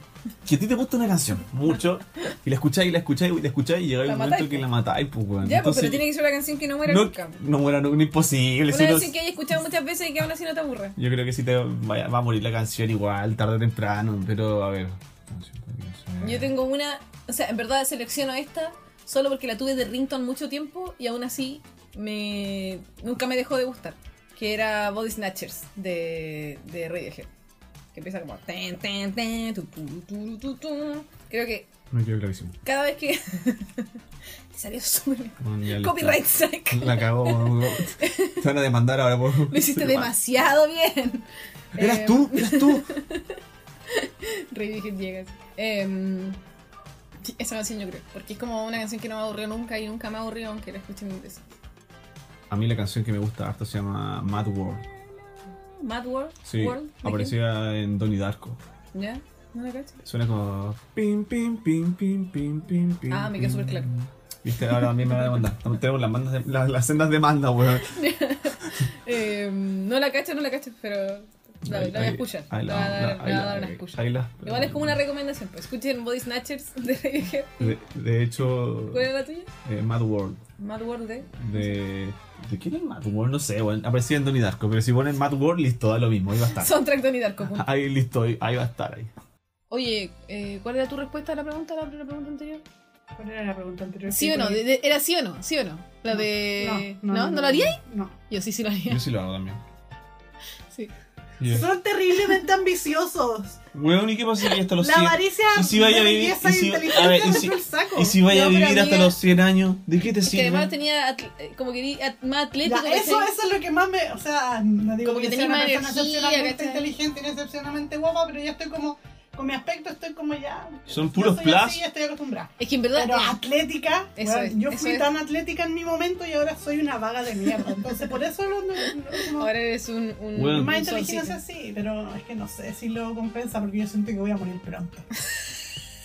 que a ti te gusta una canción mucho y la escucháis y la escucháis y la escucháis y llega un La momento matáis, que po. la matáis, pues, weón. Ya, pues, Entonces, pero tiene que ser una canción que no muera no, nunca. Una no muera, no, no, imposible. si no- canción que hayas escuchado muchas veces y que aún así no te aburra. Yo creo que si te vaya- va a morir la canción igual, tarde o temprano, pero a ver. Yo tengo una, o sea, en verdad selecciono esta solo porque la tuve de Rington mucho tiempo y aún así me nunca me dejó de gustar. Que era Body Snatchers de, de Radiohead. Que empieza como. ten, ten, ten, tu, tu, tu, tu, tu. Creo que Me quedó clarísimo. cada vez que. Te salió súper bien. Bueno, ya le- Copyright strike. La cagó. weón. Te van a demandar ahora por. Lo hiciste demasiado bien. Eras Eh, tú, eras tú. Radiohead llegas. Eh, sí, esa canción yo creo. Porque es como una canción que no me aburrió nunca y nunca me aburrió aunque la escuche mil veces. A mí la canción que me gusta harto se llama Mad World. Mad World. Sí, World ¿de aparecía en Donnie Darko. quién? ¿Ya? ¿No la cacho? Suena como. Pim, pim, pim, pim, pim, pim, pim. Ah, me quedó súper claro. Viste, ahora a mí me van a demandar. Estamos- Tenemos las, mandas de- las, las sendas demandas, weón. Em, Eh, no la cacho, no la cacho, pero Dale, la voy a Ahí- escuchar. ahí la- Le voy a dar- la- le voy a dar ahí una la- escucha. ahí la- Igual es como una recomendación, pues escuchen Body Snatchers de Radiohead. De, de hecho, ¿Cuál era la tuya? eh, Mad World. Mad World de... De, ¿De quién es Mad World? No sé, bueno, aparecía en Donnie Darko, pero si ponen Mad World, listo, da lo mismo, ahí va a estar. Soundtrack de Nidarko. Ahí listo, ahí, ahí va a estar. Ahí. Oye, eh, ¿cuál era tu respuesta a la pregunta, a la, la pregunta anterior? ¿Cuál era la pregunta anterior? ¿Sí o no? De- de- ¿Era sí o no? ¿Sí o no? La de... ¿No? ¿No, lo haría? haríais? No. Yo sí, sí lo haría. Yo sí lo hago también. Sí. Yeah. Son terriblemente ambiciosos. Weón, ¿y qué pasa si hasta los La 100? avaricia ¿Y si vaya de a vivir- belleza y y si- inteligencia a ver, y me si- fue el saco. ¿Y si vaya No, a pero vivir hasta amiga- los 100 años? ¿De qué te Es que sirve? además tenía atl- eh, como que di- at- más atlético. Ya, eso, ¿cachai? eso es lo que más me. O sea, no digo Como que que, tenés sea una más persona energía, excepcionalmente ¿cachai? inteligente ni excepcionalmente guapa, pero ya estoy como. Con mi aspecto estoy como ya. Son yo puros soy plus. así, ya estoy acostumbrada. Es que en verdad... Pero eh, atlética, Eso weón, es, yo eso fui es. tan atlética en mi momento y ahora soy una vaga de mierda. Entonces, por eso lo, no- no- no- Ahora eres un... un Bueno. un más solcito. inteligencia sí, pero es que no sé si lo compensa porque yo siento que voy a morir pronto.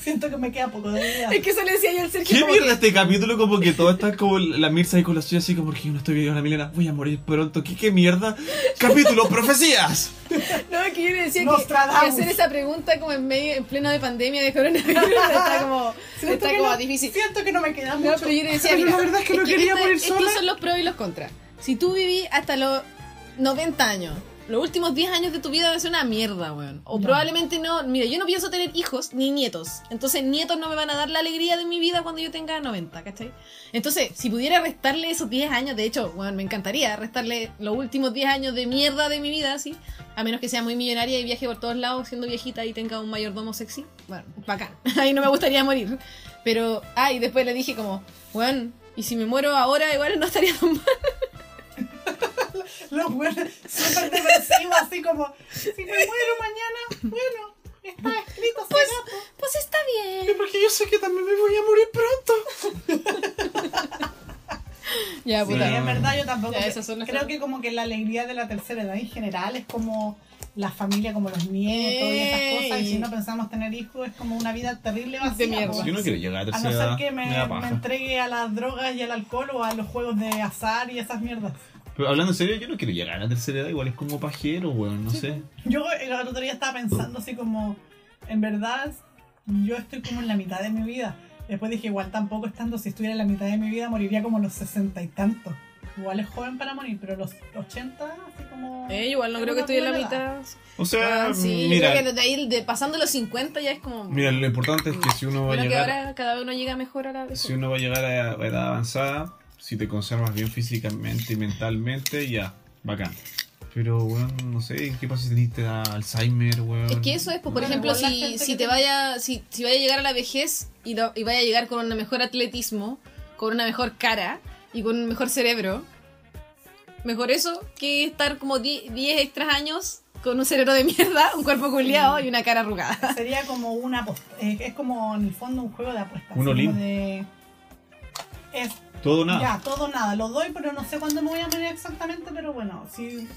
siento que me queda poco de vida. Es que eso le decía yo al Sergio. ¿Qué como mierda que- este capítulo? Como que todo está como la Mirza y con la suya así como que yo no estoy viendo a la Milena, voy a morir pronto. ¿Qué, qué mierda? Capítulo Profecías. No, es que yo le decía que, que Nostradamus. hacer esa pregunta como en medio, en pleno de pandemia de coronavirus está como, Siento está que como no- difícil. Siento que no me queda mucho. No, pero yo le decía, Pero mira, la verdad es que no quería esto- morir sola. Estos son los pros y los contras. Si tú vivís hasta los 90 años, los últimos 10 años de tu vida van a ser una mierda, weón. O Ya. probablemente no. Mira, yo no pienso tener hijos ni nietos. Entonces, nietos no me van a dar la alegría de mi vida cuando yo tenga 90, ¿cachai? Entonces, si pudiera restarle esos 10 años, de hecho, weón, me encantaría restarle los últimos 10 años de mierda de mi vida, así. A menos que sea muy millonaria y viaje por todos lados siendo viejita y tenga un mayordomo sexy. Bueno, bacán. Ahí no me gustaría morir. Pero, ay, y después le dije como, weón, y si me muero ahora, igual no estaría tan mal. Los buenos, súper depresivos, así como, si me muero mañana, bueno, está escrito, será, Pues está bien. Porque yo sé que también me voy a morir pronto. Ya, Sí, puta. en verdad yo tampoco. Ya, esas son las creo cosas. que como que la alegría de la tercera edad en general es como la familia, como los nietos y esas cosas. Y si Ey. no pensamos tener hijos es como una vida terrible vacía. De mierda. po. Yo no quiero llegar a A no ser que me, me entregue a las drogas y al alcohol o a los juegos de azar y esas mierdas. Pero hablando en serio, yo no quiero llegar a la tercera edad, igual es como pajero, weón, no sé. Yo el otro día estaba pensando así como, en verdad, yo estoy como en la mitad de mi vida. Después dije, igual tampoco estando, si estuviera en la mitad de mi vida, moriría como a los sesenta y tantos. Igual es joven para morir, pero los 80, así como... Eh, igual no es creo que una estoy en la buena edad. mitad. O sea, Ah, sí, yo Eh, mira, creo que de ahí, de, pasando los 50 ya es como... mira, lo importante es que si uno va a creo que llegar... ahora cada uno llega mejor a la vez. Si uno va a llegar a a edad avanzada, si te conservas bien físicamente y mentalmente, ya, bacán. Pero, weón, no sé, ¿qué pasa si teniste edad Alzheimer, weón? Es que eso es, pues, por Bueno, ejemplo, igual la si, gente si que te tiene- vaya, si, si vaya a llegar a la vejez y, lo- y vaya a llegar con un mejor atletismo, con una mejor cara y con un mejor cerebro, mejor eso que estar como 10 10 extras años con un cerebro de mierda, un cuerpo culiado y una cara arrugada. Sería como una apost- eh, es como en el fondo un juego de apuestas. Un así all-in. como de- Es Todo o nada. ya, todo nada, lo doy, pero no sé cuándo me voy a morir exactamente, pero bueno, sí.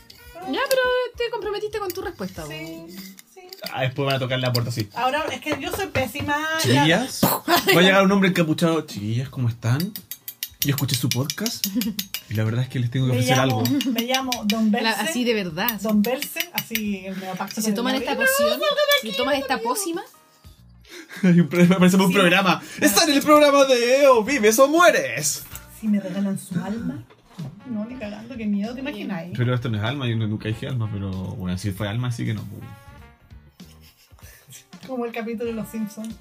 Ya, pero te comprometiste con tu respuesta. Sí, sí. Ah, después van a tocar la puerta así. Ahora, es que yo soy pésima. Ah, ya- Chiquillas, va a llegar un hombre encapuchado. Chiquillas, ¿cómo están? Yo escuché su podcast y la verdad es que les tengo que Me ofrecer llamo, algo. me llamo Don Belce. La- así de verdad. así. Don Belce, así el neopacto. Si se toman esta poción, si toman esta pócima, Hay un pro- Parece un programa. Está en el programa de EO, vives o mueres. Si me regalan su alma. No, ni cagando, qué miedo, ¿te imagináis? Pero esto no es alma, yo no- nunca dije alma, pero bueno, si fue alma, así que no. Como el capítulo de Los Simpsons,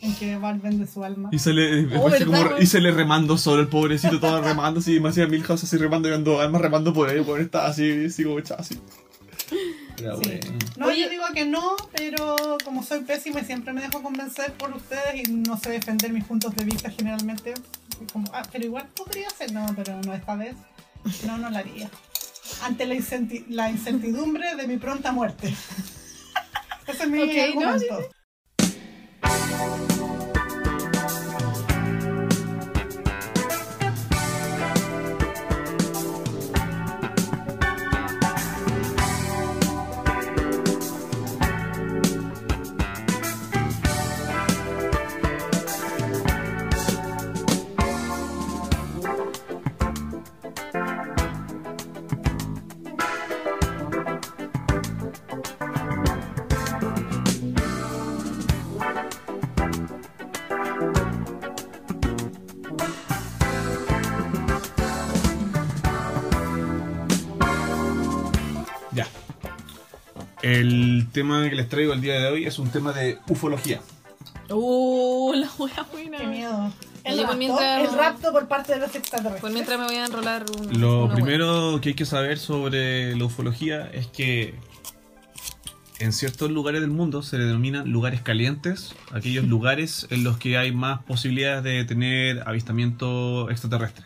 en que Bart vende su alma. Y se le, Oh, parece ¿verdad, como- weón? y se le remando solo el pobrecito, todo remando así, más encima Milhouse así remando y ando, además remando por él, por está así, así como echado así. Pero Sí. bueno. No, Oye- yo digo que no, pero como soy pésima y siempre me dejo convencer por ustedes y no sé defender mis puntos de vista generalmente, es como, ah, pero igual podría ser, no, pero no esta vez, no, no la haría. Ante la, incenti- la incertidumbre de mi pronta muerte. Ese es mi Ok, no, argumento. El tema que les traigo el día de hoy es un tema de ufología. Uh, la wea buena. Qué miedo. Oye, El por rapto, mientras- el rapto por parte de los Por extraterrestres. mientras me voy a enrolar un. Lo una primero que hay que saber sobre la ufología es que en ciertos lugares del mundo se le denominan lugares calientes, aquellos lugares en los que hay más posibilidades de tener avistamiento extraterrestre.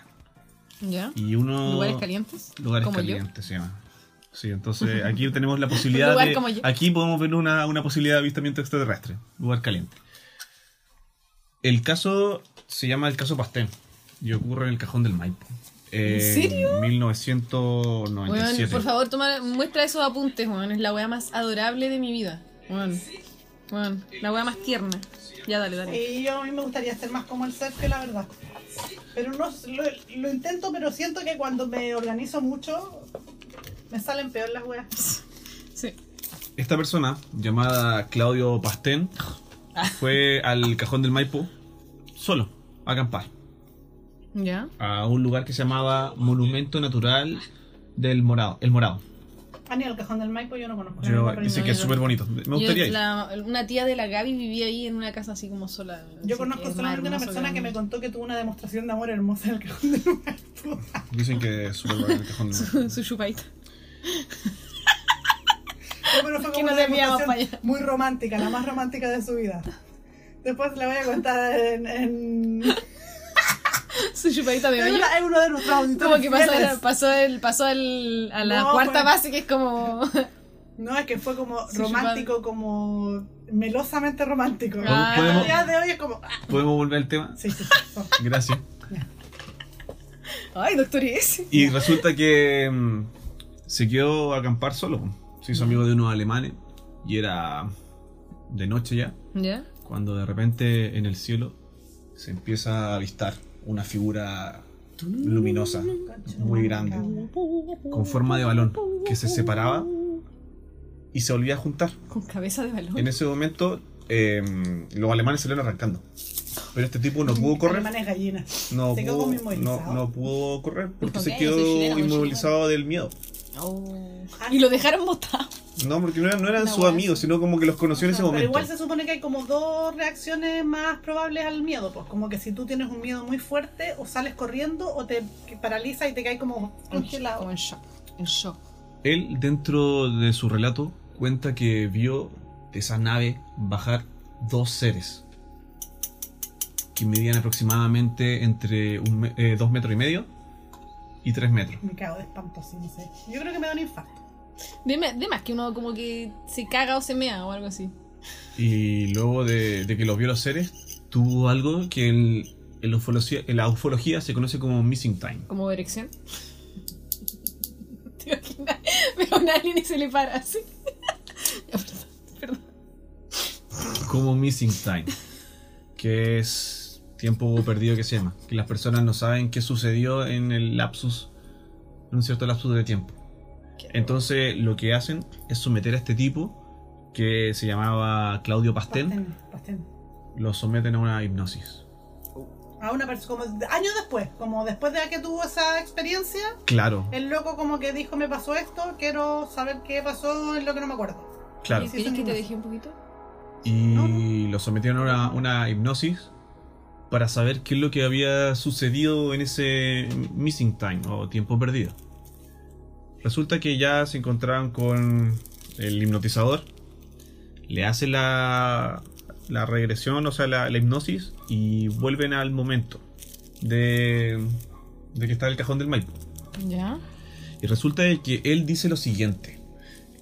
wea. ¿Ya? Y uno ¿Lugares calientes? lugares como yo. calientes se llama. Sí, entonces aquí tenemos la posibilidad Lugar de- como yo. aquí podemos ver una, una posibilidad de avistamiento extraterrestre, lugar caliente. El caso se llama el caso Pastel y ocurre en el cajón del Maipo. ¿En serio? 1997. Weón, por favor, toma, muestra esos apuntes, weón. Es la wea más adorable de mi vida. Weón. Weón, la wea más tierna. Ya, dale, dale. Y yo a mí me gustaría ser más como el que la verdad. Pero no, lo, lo intento, pero siento que cuando me organizo mucho, me salen peor las weas. Sí. Esta persona, llamada Claudio Pastén, fue al cajón del Maipo solo a acampar. ¿Ya? A un lugar que se llamaba Monumento Natural del Morado. El Morado. Ah, ni el cajón del Maipo yo no conozco. Yo- nunca he dice ido. que es súper bonito. Me Yo, gustaría ir. la- una tía de la Gaby vivía ahí en una casa así como sola. Yo conozco solamente una persona que me contó que tuvo una demostración de amor hermosa en el cajón del Maipo. Dicen que es súper bueno el cajón. contó. Su chupaita. Pero fue Que como no una debíamos demostración fallar. muy romántica, la más romántica de su vida. Después la voy a contar en... en... Su chupaita de Es hoyo. una- es uno de nuestros auditores Como que pasó, fieles. pasó, el, pasó el- a la No, cuarta pues. base, que es como. No, es que fue como Sí, romántico, como melosamente romántico. ¿Podemos, Ah. podemos- día de hoy es como. ah, podemos volver al tema? Sí, sí, sí. Gracias. Ay, doctor S. Y resulta que mm, se quedó a acampar solo. Se hizo amigo de unos alemanes y era de noche ya. ¿Ya? Cuando de repente en el cielo se empieza a avistar una figura luminosa, muy grande, con forma de balón, que se separaba y se volvía a juntar. Con cabeza de balón. En ese momento, eh, los alemanes salieron arrancando. Pero este tipo no pudo correr. Alemanes gallina. No se quedó pudo, como no, inmovilizado. no pudo correr porque Dijo, se "Ok, quedó soy chileno, soy inmovilizado del miedo. Oh. Ah, Y lo dejaron botado. No, porque no eran, no eran Una sus wea amigos, sino como que los conoció en ese Pero momento. igual se supone que hay como dos reacciones más probables al miedo. Pues como que si tú tienes un miedo muy fuerte, o sales corriendo o te paraliza y te caes como Como congelado. en shock. En shock. Él, dentro de su relato, cuenta que vio de esa nave bajar dos seres que medían aproximadamente entre un me- eh, dos metros y medio y tres metros. Me cago de espanto, sí, no sé. Yo creo que me da un infarto. De, ma- de más que uno como que se caga o se mea o algo así. Y luego de, de que los vio los seres, tuvo algo que en, en la ufología, en la ufología se conoce como missing time. Como erección. Te imaginas. Veo a un alien y se le para así. Ya, perdón, perdón. Como missing time. Que es tiempo perdido que se llama. Que las personas no saben qué sucedió en el lapsus, en un cierto lapsus de tiempo. Entonces lo que hacen es someter a este tipo, que se llamaba Claudio Pastel, Pastén, pastén. lo someten a una hipnosis. A una persona, como años después, como después de que tuvo esa experiencia, Claro, El loco como que dijo, me pasó esto, quiero saber qué pasó, es lo que no me acuerdo. claro. Oye, ¿Quieres que te dejé un poquito? No, Y lo sometieron a una, una hipnosis para saber qué es lo que había sucedido en ese missing time o tiempo perdido. Resulta que ya se encontraban con el hipnotizador, le hace la, la regresión, o sea, la, la hipnosis, y vuelven al momento de, de que está el cajón del Maipo. Ya. Y resulta de que él dice lo siguiente.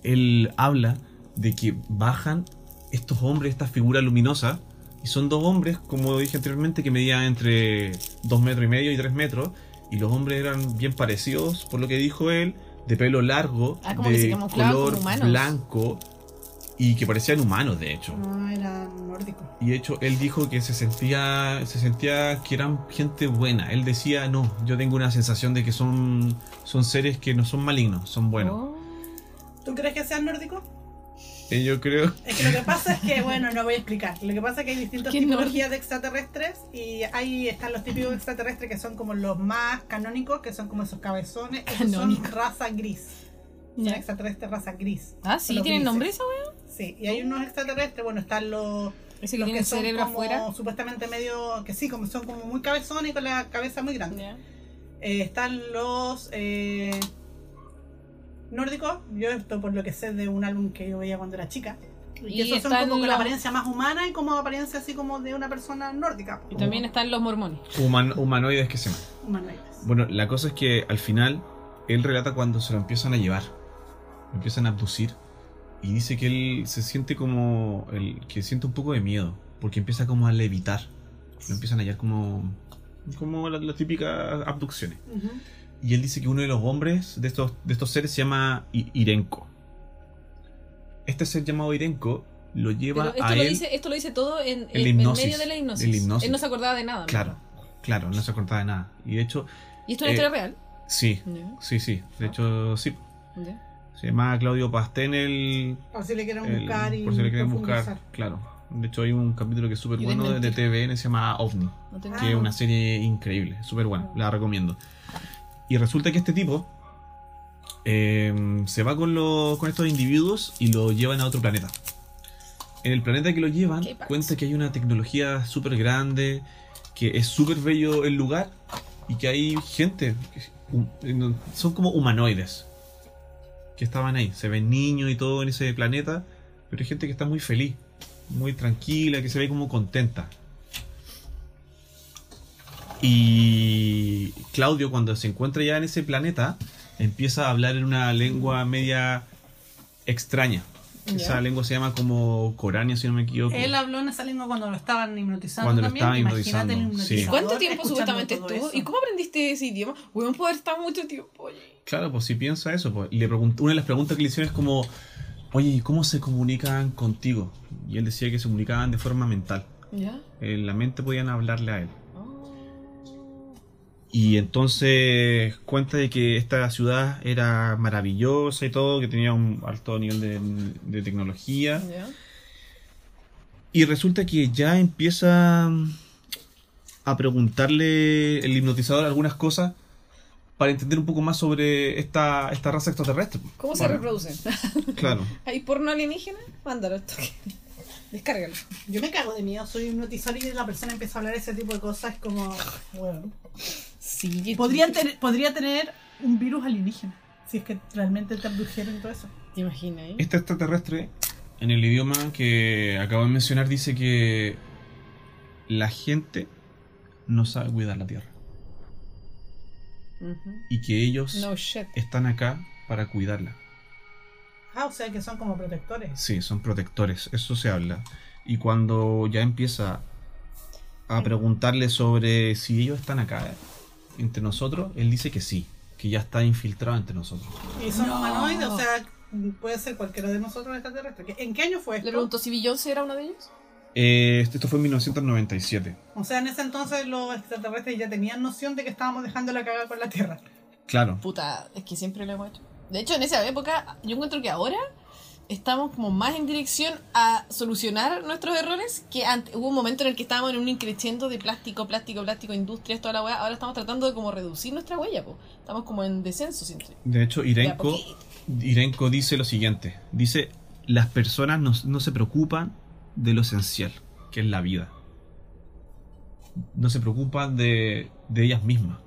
Él habla de que bajan estos hombres, esta figura luminosa. Y son dos hombres, como dije anteriormente, que medían entre 2 metros y medio y 3 metros. Y los hombres eran bien parecidos, por lo que dijo él, de pelo largo, Ah, como que se de camuflaban como color humanos. blanco. Y que parecían humanos, de hecho. No, era nórdico. Y de hecho, él dijo que se sentía, se sentía que eran gente buena. Él decía, no, yo tengo una sensación de que son, son seres que no son malignos, son Oh. buenos. ¿Tú crees que sean nórdicos? Y yo creo... Es que lo que pasa es que, bueno, no voy a explicar. Lo que pasa es que hay distintas ¿Qué tipologías de extraterrestres y ahí están los típicos extraterrestres que son como los más canónicos, que son como esos cabezones, esos son Canónico. raza gris. Son Ya. extraterrestres raza gris. Ah, Son sí, los ¿tienen grises. nombre esa weón? Sí, y hay unos extraterrestres, bueno, están los, Ese que los tiene que el son cerebro como afuera. supuestamente medio, que sí, como son como muy cabezones y con la cabeza muy grande. Ya. Eh, están los eh, nórdicos, yo esto por lo que sé de un álbum que yo veía cuando era chica. Y, Y esos son están como con los- apariencia más humana y como apariencia así como de una persona nórdica. Y también están los mormones. Human- humanoides que se ven. Humanoides. Bueno, la cosa es que al final él relata cuando se lo empiezan a llevar, lo empiezan a abducir y dice que él se siente como el que siente un poco de miedo porque empieza como a levitar, lo empiezan a hallar como como la- las típicas abducciones. Ujú. Y él dice que uno de los hombres de estos de estos seres se llama I- Irenko. Este ser llamado Irenko lo lleva Pero esto a lo, él. dice, esto lo dice todo en, El en- en hipnosis. medio de la hipnosis. El hipnosis. Él no se acordaba de nada. ¿no? Claro, claro, no se acordaba de nada. Y de hecho, ¿Y esto es una Eh, historia real? sí, Ya, sí, sí. De hecho, sí. ya. Se llamaba Claudio Pastén el, Por si le quieren el- buscar y Por si le quieren profundizar. buscar, claro. De hecho hay un capítulo que es súper Y bueno de, de desmentir. TVN, se llama OVNI, No tengo- Ah. que es una serie increíble, súper buena, la recomiendo. Y resulta que este tipo eh, se va con, los con estos individuos y lo llevan a otro planeta. En el planeta que lo llevan, ¿Qué pasa? cuenta que hay una tecnología súper grande, que es súper bello el lugar y que hay gente, que- hum- no- son como humanoides, que estaban ahí. Se ven niños y todo en ese planeta, pero hay gente que está muy feliz, muy tranquila, que se ve como contenta. Y Claudio cuando se encuentra ya en ese planeta, empieza a hablar en una lengua media extraña. Esa lengua se llama como coránea, si no me equivoco. Él habló en esa lengua cuando lo estaban hipnotizando. Cuando lo también. estaban Imagínate el hipnotizando, sí. hipnotizador ¿Cuánto tiempo escuchando supuestamente todo estuvo? eso. ¿Y cómo aprendiste ese idioma? Weón, poder estar mucho tiempo, oye. Claro, pues si piensa eso, pues le preguntó, una de las preguntas que le hicieron es como, oye, ¿y cómo se comunican contigo? Y él decía que se comunicaban de forma mental. ¿Ya? En la mente podían hablarle a él. Oh. Y entonces cuenta de que esta ciudad era maravillosa y todo, que tenía un alto nivel de, de tecnología. ¿Ya? Y resulta que ya empieza a preguntarle el hipnotizador algunas cosas para entender un poco más sobre esta, esta raza extraterrestre. ¿Cómo se Para- reproducen? Claro. ¿Hay porno alienígena? Mándalo al toque. Descárgalo. Yo me cago de miedo, soy hipnotizador y la persona empieza a hablar ese tipo de cosas es como. Bueno. Sí, que- Podría, tener, podría tener un virus alienígena. Si es que realmente te abdujeron y todo eso. ¿Te imaginas? eh? Este extraterrestre, en el idioma que acabo de mencionar, dice que la gente no sabe cuidar la Tierra Ujú. y que ellos No shit. están acá para cuidarla. Ah, o sea que son como protectores. Sí, son protectores, eso se habla. Y cuando ya empieza a preguntarle sobre si ellos están acá eh, entre nosotros, él dice que sí, que ya está infiltrado entre nosotros. Y son No. humanoides, o sea, puede ser cualquiera de nosotros extraterrestre. ¿Qué- ¿En qué año fue Le esto? pregunto si Beyoncé era uno de ellos. Eh, esto fue en 1997. O sea, en ese entonces los extraterrestres ya tenían noción de que estábamos dejando la cagada con la Tierra. Claro. Puta, es que siempre lo hemos hecho. De hecho, en esa época, yo encuentro que ahora estamos como más en dirección a solucionar nuestros errores que antes. Hubo un momento en el que estábamos en un increciendo de plástico, plástico, plástico, industrias, toda la weá. Ahora estamos tratando de como reducir nuestra huella, po. Estamos como en descenso siempre. De hecho, De a Irenko, poquito. Irenko dice lo siguiente. Dice, las personas no, no se preocupan de lo esencial, que es la vida. No se preocupan de, de ellas mismas.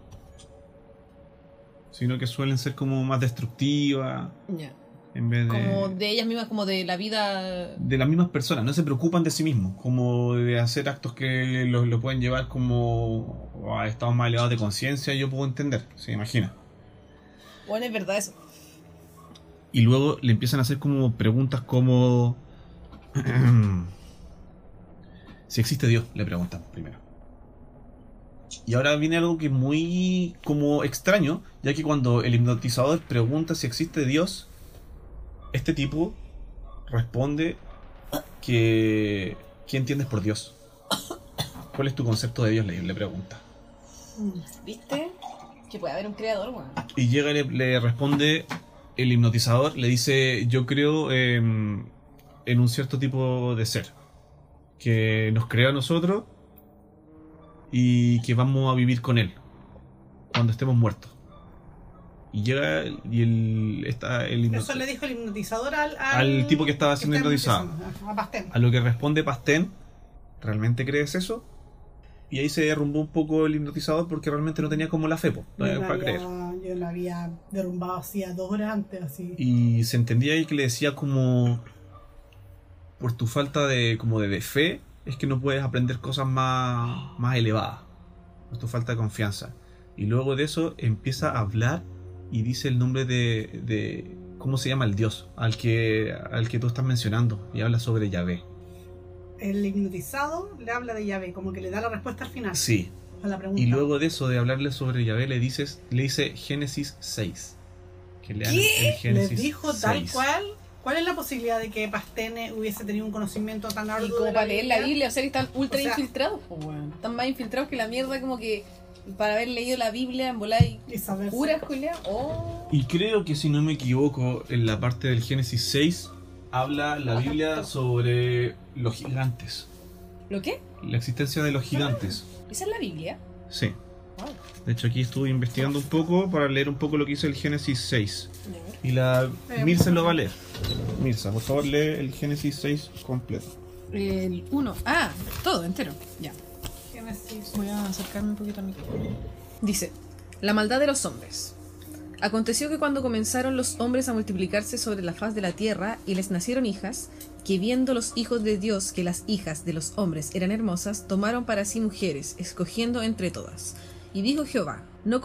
Sino que suelen ser como más destructivas Ya. en vez de... Como de ellas mismas, como de la vida. de las mismas personas, no se preocupan de sí mismos, como de hacer actos que lo, lo pueden llevar como a estados más elevados de conciencia, yo puedo entender, se imagina. Bueno, es verdad eso. Y luego le empiezan a hacer como preguntas como... si existe Dios, le preguntan primero. Y ahora viene algo que es muy como extraño, ya que cuando el hipnotizador pregunta si existe Dios, este tipo responde que... ¿Qué entiendes por Dios? ¿Cuál es tu concepto de Dios? Le, le pregunta. ¿Viste? Que puede haber un creador, weón. Y llega y le, le responde el hipnotizador, le dice, yo creo eh, en un cierto tipo de ser, que nos crea a nosotros y que vamos a vivir con él cuando estemos muertos. Y llega el- y el, está el hipno- Eso le dijo el hipnotizador al, Al tipo que estaba siendo está hipnotizado. hipnotizando, A Pastel. A lo que responde Pastén, ¿realmente crees eso? Y ahí se derrumbó un poco el hipnotizador porque realmente no tenía como la fe, po, Yo para lo había, creer. yo lo había derrumbado así a dos horas antes, así. Y se entendía ahí que le decía como por tu falta de como de, de fe es que no puedes aprender cosas más, más elevadas. Por tu falta de confianza. Y luego de eso empieza a hablar y dice el nombre de, de- ¿cómo se llama el dios? Al que al que tú estás mencionando y habla sobre Yahvé. El hipnotizado le habla de llave, como que le da la respuesta al final Sí, a la pregunta. Y luego de eso, de hablarle sobre Yahvé, le dices, le dice Génesis 6. Que lean ¿Qué? el les Génesis dijo tal 6. cual. ¿Cuál es la posibilidad de que Pastene hubiese tenido un conocimiento tan arduo? Y de como la para leer la Biblia, o sea que están ultra O sea- infiltrados, pues, weón. Están más infiltrados que la mierda, como que para haber leído la Biblia en volar y Y saber si- curas, Julia. Oh. Y creo que si no me equivoco, en la parte del Génesis 6 habla la Biblia sobre los gigantes. ¿Lo qué? La existencia de los gigantes. ¿Esa es la Biblia? Sí. De hecho, aquí estuve investigando un poco para leer un poco lo que dice el Génesis 6. Y la Eh, Mirza lo va a leer. Mirza, por favor, lee el Génesis 6 completo. El 1. Ah, todo entero. Ya. Génesis. Voy a acercarme un poquito a mi. Dice, la maldad de los hombres. Aconteció que cuando comenzaron los hombres a multiplicarse sobre la faz de la tierra y les nacieron hijas, que viendo los hijos de Dios que las hijas de los hombres eran hermosas, tomaron para sí mujeres, escogiendo entre todas. Y dijo Jehová, no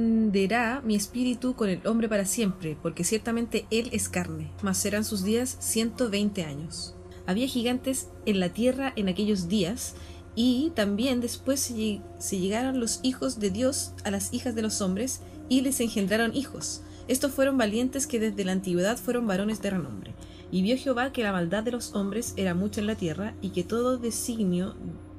contenderá mi espíritu con el hombre para siempre, porque ciertamente él es carne, mas serán sus días ciento veinte años. Había gigantes en la tierra en aquellos días, y también después se, lleg- se llegaron los hijos de Dios a las hijas de los hombres y les engendraron hijos. Estos fueron valientes que desde la antigüedad fueron varones de renombre. Y vio Jehová que la maldad de los hombres era mucha en la tierra y que todo designio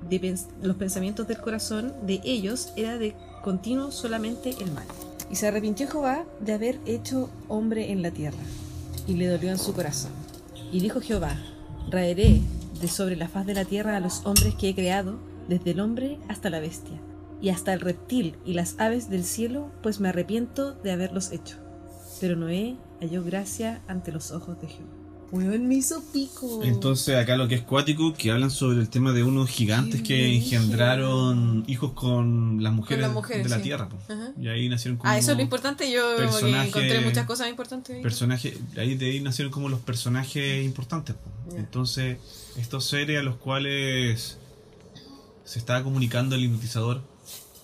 de pens- los pensamientos del corazón de ellos era de continuo solamente el mal. Y se arrepintió Jehová de haber hecho hombre en la tierra y le dolió en su corazón. Y dijo Jehová, Raeré de sobre la faz de la tierra a los hombres que he creado, desde el hombre hasta la bestia, y hasta el reptil y las aves del cielo, pues me arrepiento de haberlos hecho. Pero Noé halló gracia ante los ojos de Jehová. Weón me hizo pico. Entonces acá lo que es cuático, que hablan sobre el tema de unos gigantes Qué que brígido. engendraron hijos con las mujeres, las mujeres, de la sí. tierra. po. Ajá. Y ahí nacieron como Ah, eso es lo importante. Yo como que personaje- encontré muchas cosas importantes. ahí. personajes, ahí de ahí nacieron como los personajes importantes. po. Ya. Entonces, estos seres a los cuales se estaba comunicando el hipnotizador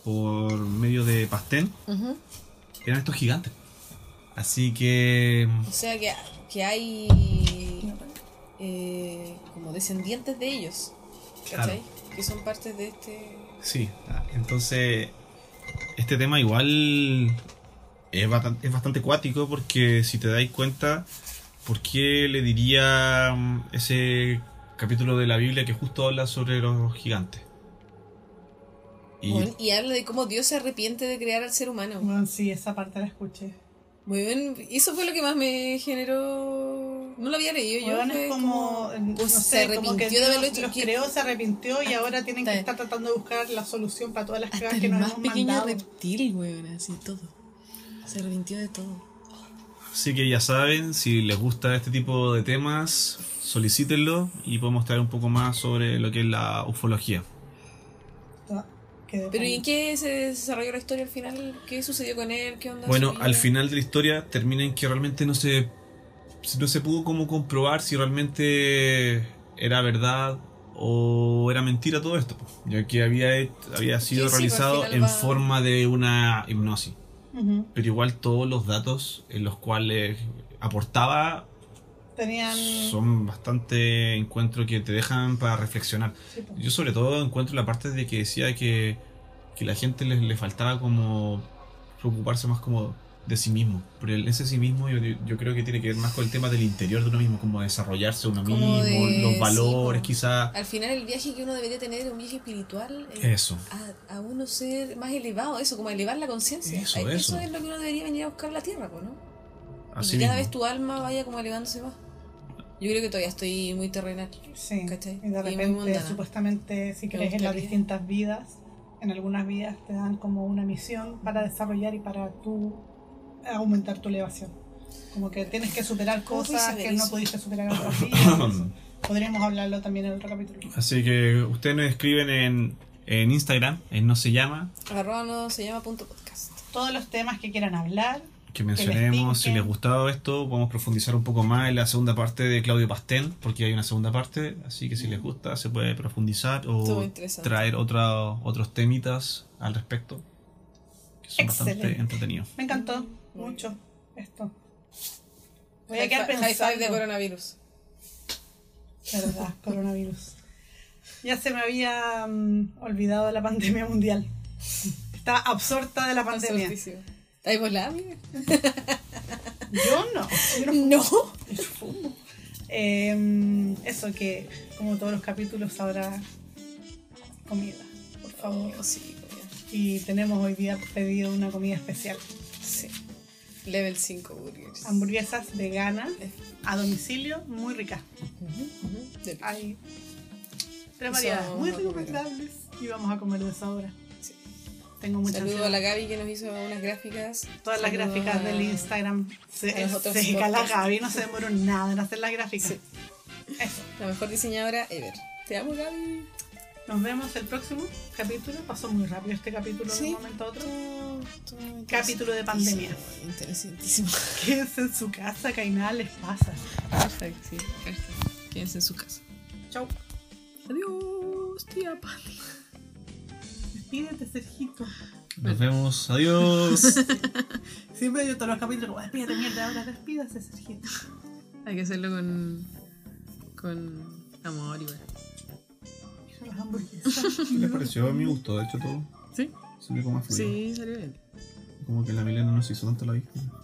por medio de Pastén, Ujú. eran estos gigantes. Así que O sea que, que hay eh, como descendientes de ellos, ¿cachai? Que son partes de este... Sí, ah, entonces este tema igual es bastante, es bastante cuático porque si te dais cuenta, ¿por qué le diría mm, ese capítulo de la Biblia que justo habla sobre los gigantes? Y Bueno, y habla de cómo Dios se arrepiente de crear al ser humano. Bueno, sí, esa parte la escuché. Muy bien, eso fue lo que más me generó... No lo había leído yo. Bueno, fue es como, no pues, sé, se como que arrepintió de Dios haberlo hecho. los que creó, se arrepintió y ahora tienen que Hasta- estar tratando de buscar la solución para todas las Hasta pruebas el que nos más hemos pequeño mandado. reptil, weón, así todo. Se arrepintió de todo. Así que ya saben, si les gusta este tipo de temas, solicítenlo y podemos traer un poco más sobre lo que es la ufología. Ah, quedé Pero ¿y en con- qué se desarrolló la historia al final? ¿Qué sucedió con él? ¿Qué onda? Bueno, su vida? al final de la historia termina en que realmente no se, no se pudo como comprobar si realmente era verdad o era mentira todo esto, po, ya que había, he- había sí, sido pues, al realizado final en va- forma de una hipnosis. Ujú. Pero igual todos los datos en los cuales aportaba Tenían... son bastante encuentros que te dejan para reflexionar. sí, pues. po. Yo sobre todo encuentro la parte de que decía que, que la gente le, le faltaba como preocuparse más como de sí mismo. Pero el- ese sí mismo yo, yo creo que tiene que ver más con el tema del interior de uno mismo, como desarrollarse uno Como mismo, de- los sí, valores como- quizás. Al final el viaje que uno debería tener es un viaje espiritual. eh, Eso. A, a uno ser más elevado, eso, como elevar la conciencia. Eso, Eh, eso. es lo que uno debería venir a buscar a la tierra, po, ¿no? Así y que cada mismo. vez tu alma vaya como elevándose más. Yo creo que todavía estoy muy terrenal. Sí, ¿Cachai? y de Y muy repente, mundana. supuestamente, si Me crees en las gustaría. distintas vidas, en algunas vidas te dan como una misión para desarrollar y para tú aumentar tu elevación. Como que tienes que superar ¿Cómo puedes cosas saber que no eso? pudiste superar en otros días. Podríamos hablarlo también en otro capítulo. Así que ustedes nos escriben en, en Instagram, en No Se Llama, Arroba no se llama punto podcast. Todos los temas que quieran hablar. que mencionemos. Si pinquen. les gustó esto, podemos profundizar un poco más en la segunda parte de Claudio Pastén, porque hay una segunda parte. Así que si les gusta, se puede profundizar Estuvo o interesante. traer otra, otros temitas al respecto, que son bastante Excelente. entretenidos. Me encantó Muy mucho esto. Voy a High, quedar fi- high five de pensando. coronavirus. Verdad, coronavirus. Ya se me había mm, olvidado de la pandemia mundial. Estaba absorta de la pandemia. Absortísimo. ¿Estáis volada, amiga? Yo no. Yo no No. Yo fumo. Eh, eso que, como todos los capítulos, habrá comida, por favor. Oh, sí, mira. Y tenemos hoy día pedido una comida especial. Sí. Level 5 burgers. Hamburguesas veganas a domicilio, muy ricas. Ujú, ujú. Del- Hay Eso tres variedades vamos muy a comer. recomendables. Y vamos a comer de esa hora. Sí. Tengo muchas Saludo a la Gaby que nos hizo unas gráficas. Todas las Saludo gráficas a- del Instagram. Se, a los otros se seca la podcasts. Gaby, no se demoró nada en hacer las gráficas. Sí. Eso. La mejor diseñadora ever. Te amo, Gaby. Nos vemos el próximo capítulo. Pasó muy rápido este capítulo de Sí. un momento a otro. Todo- todo Capítulo de pandemia. interesantísimo, Interesantísimo. Quédense en su casa, que ahí nada les pasa. Hashtag, sí. Hashtag. Quédense en su casa. Chau. Adiós, tía Pati. Despídete, Sergito. Nos vemos, adiós. Siempre yo todos los capítulos como, despídete, mierda, ahora despídase, Sergito. Hay que hacerlo con. con. amor igual. Mira las hamburguesas. ¿Qué les pareció? A mí me gustó, de hecho, todo. ¿Sí? Se me como más fluido. Sí, salió bien. Como que la Milena no se hizo tanto la víctima.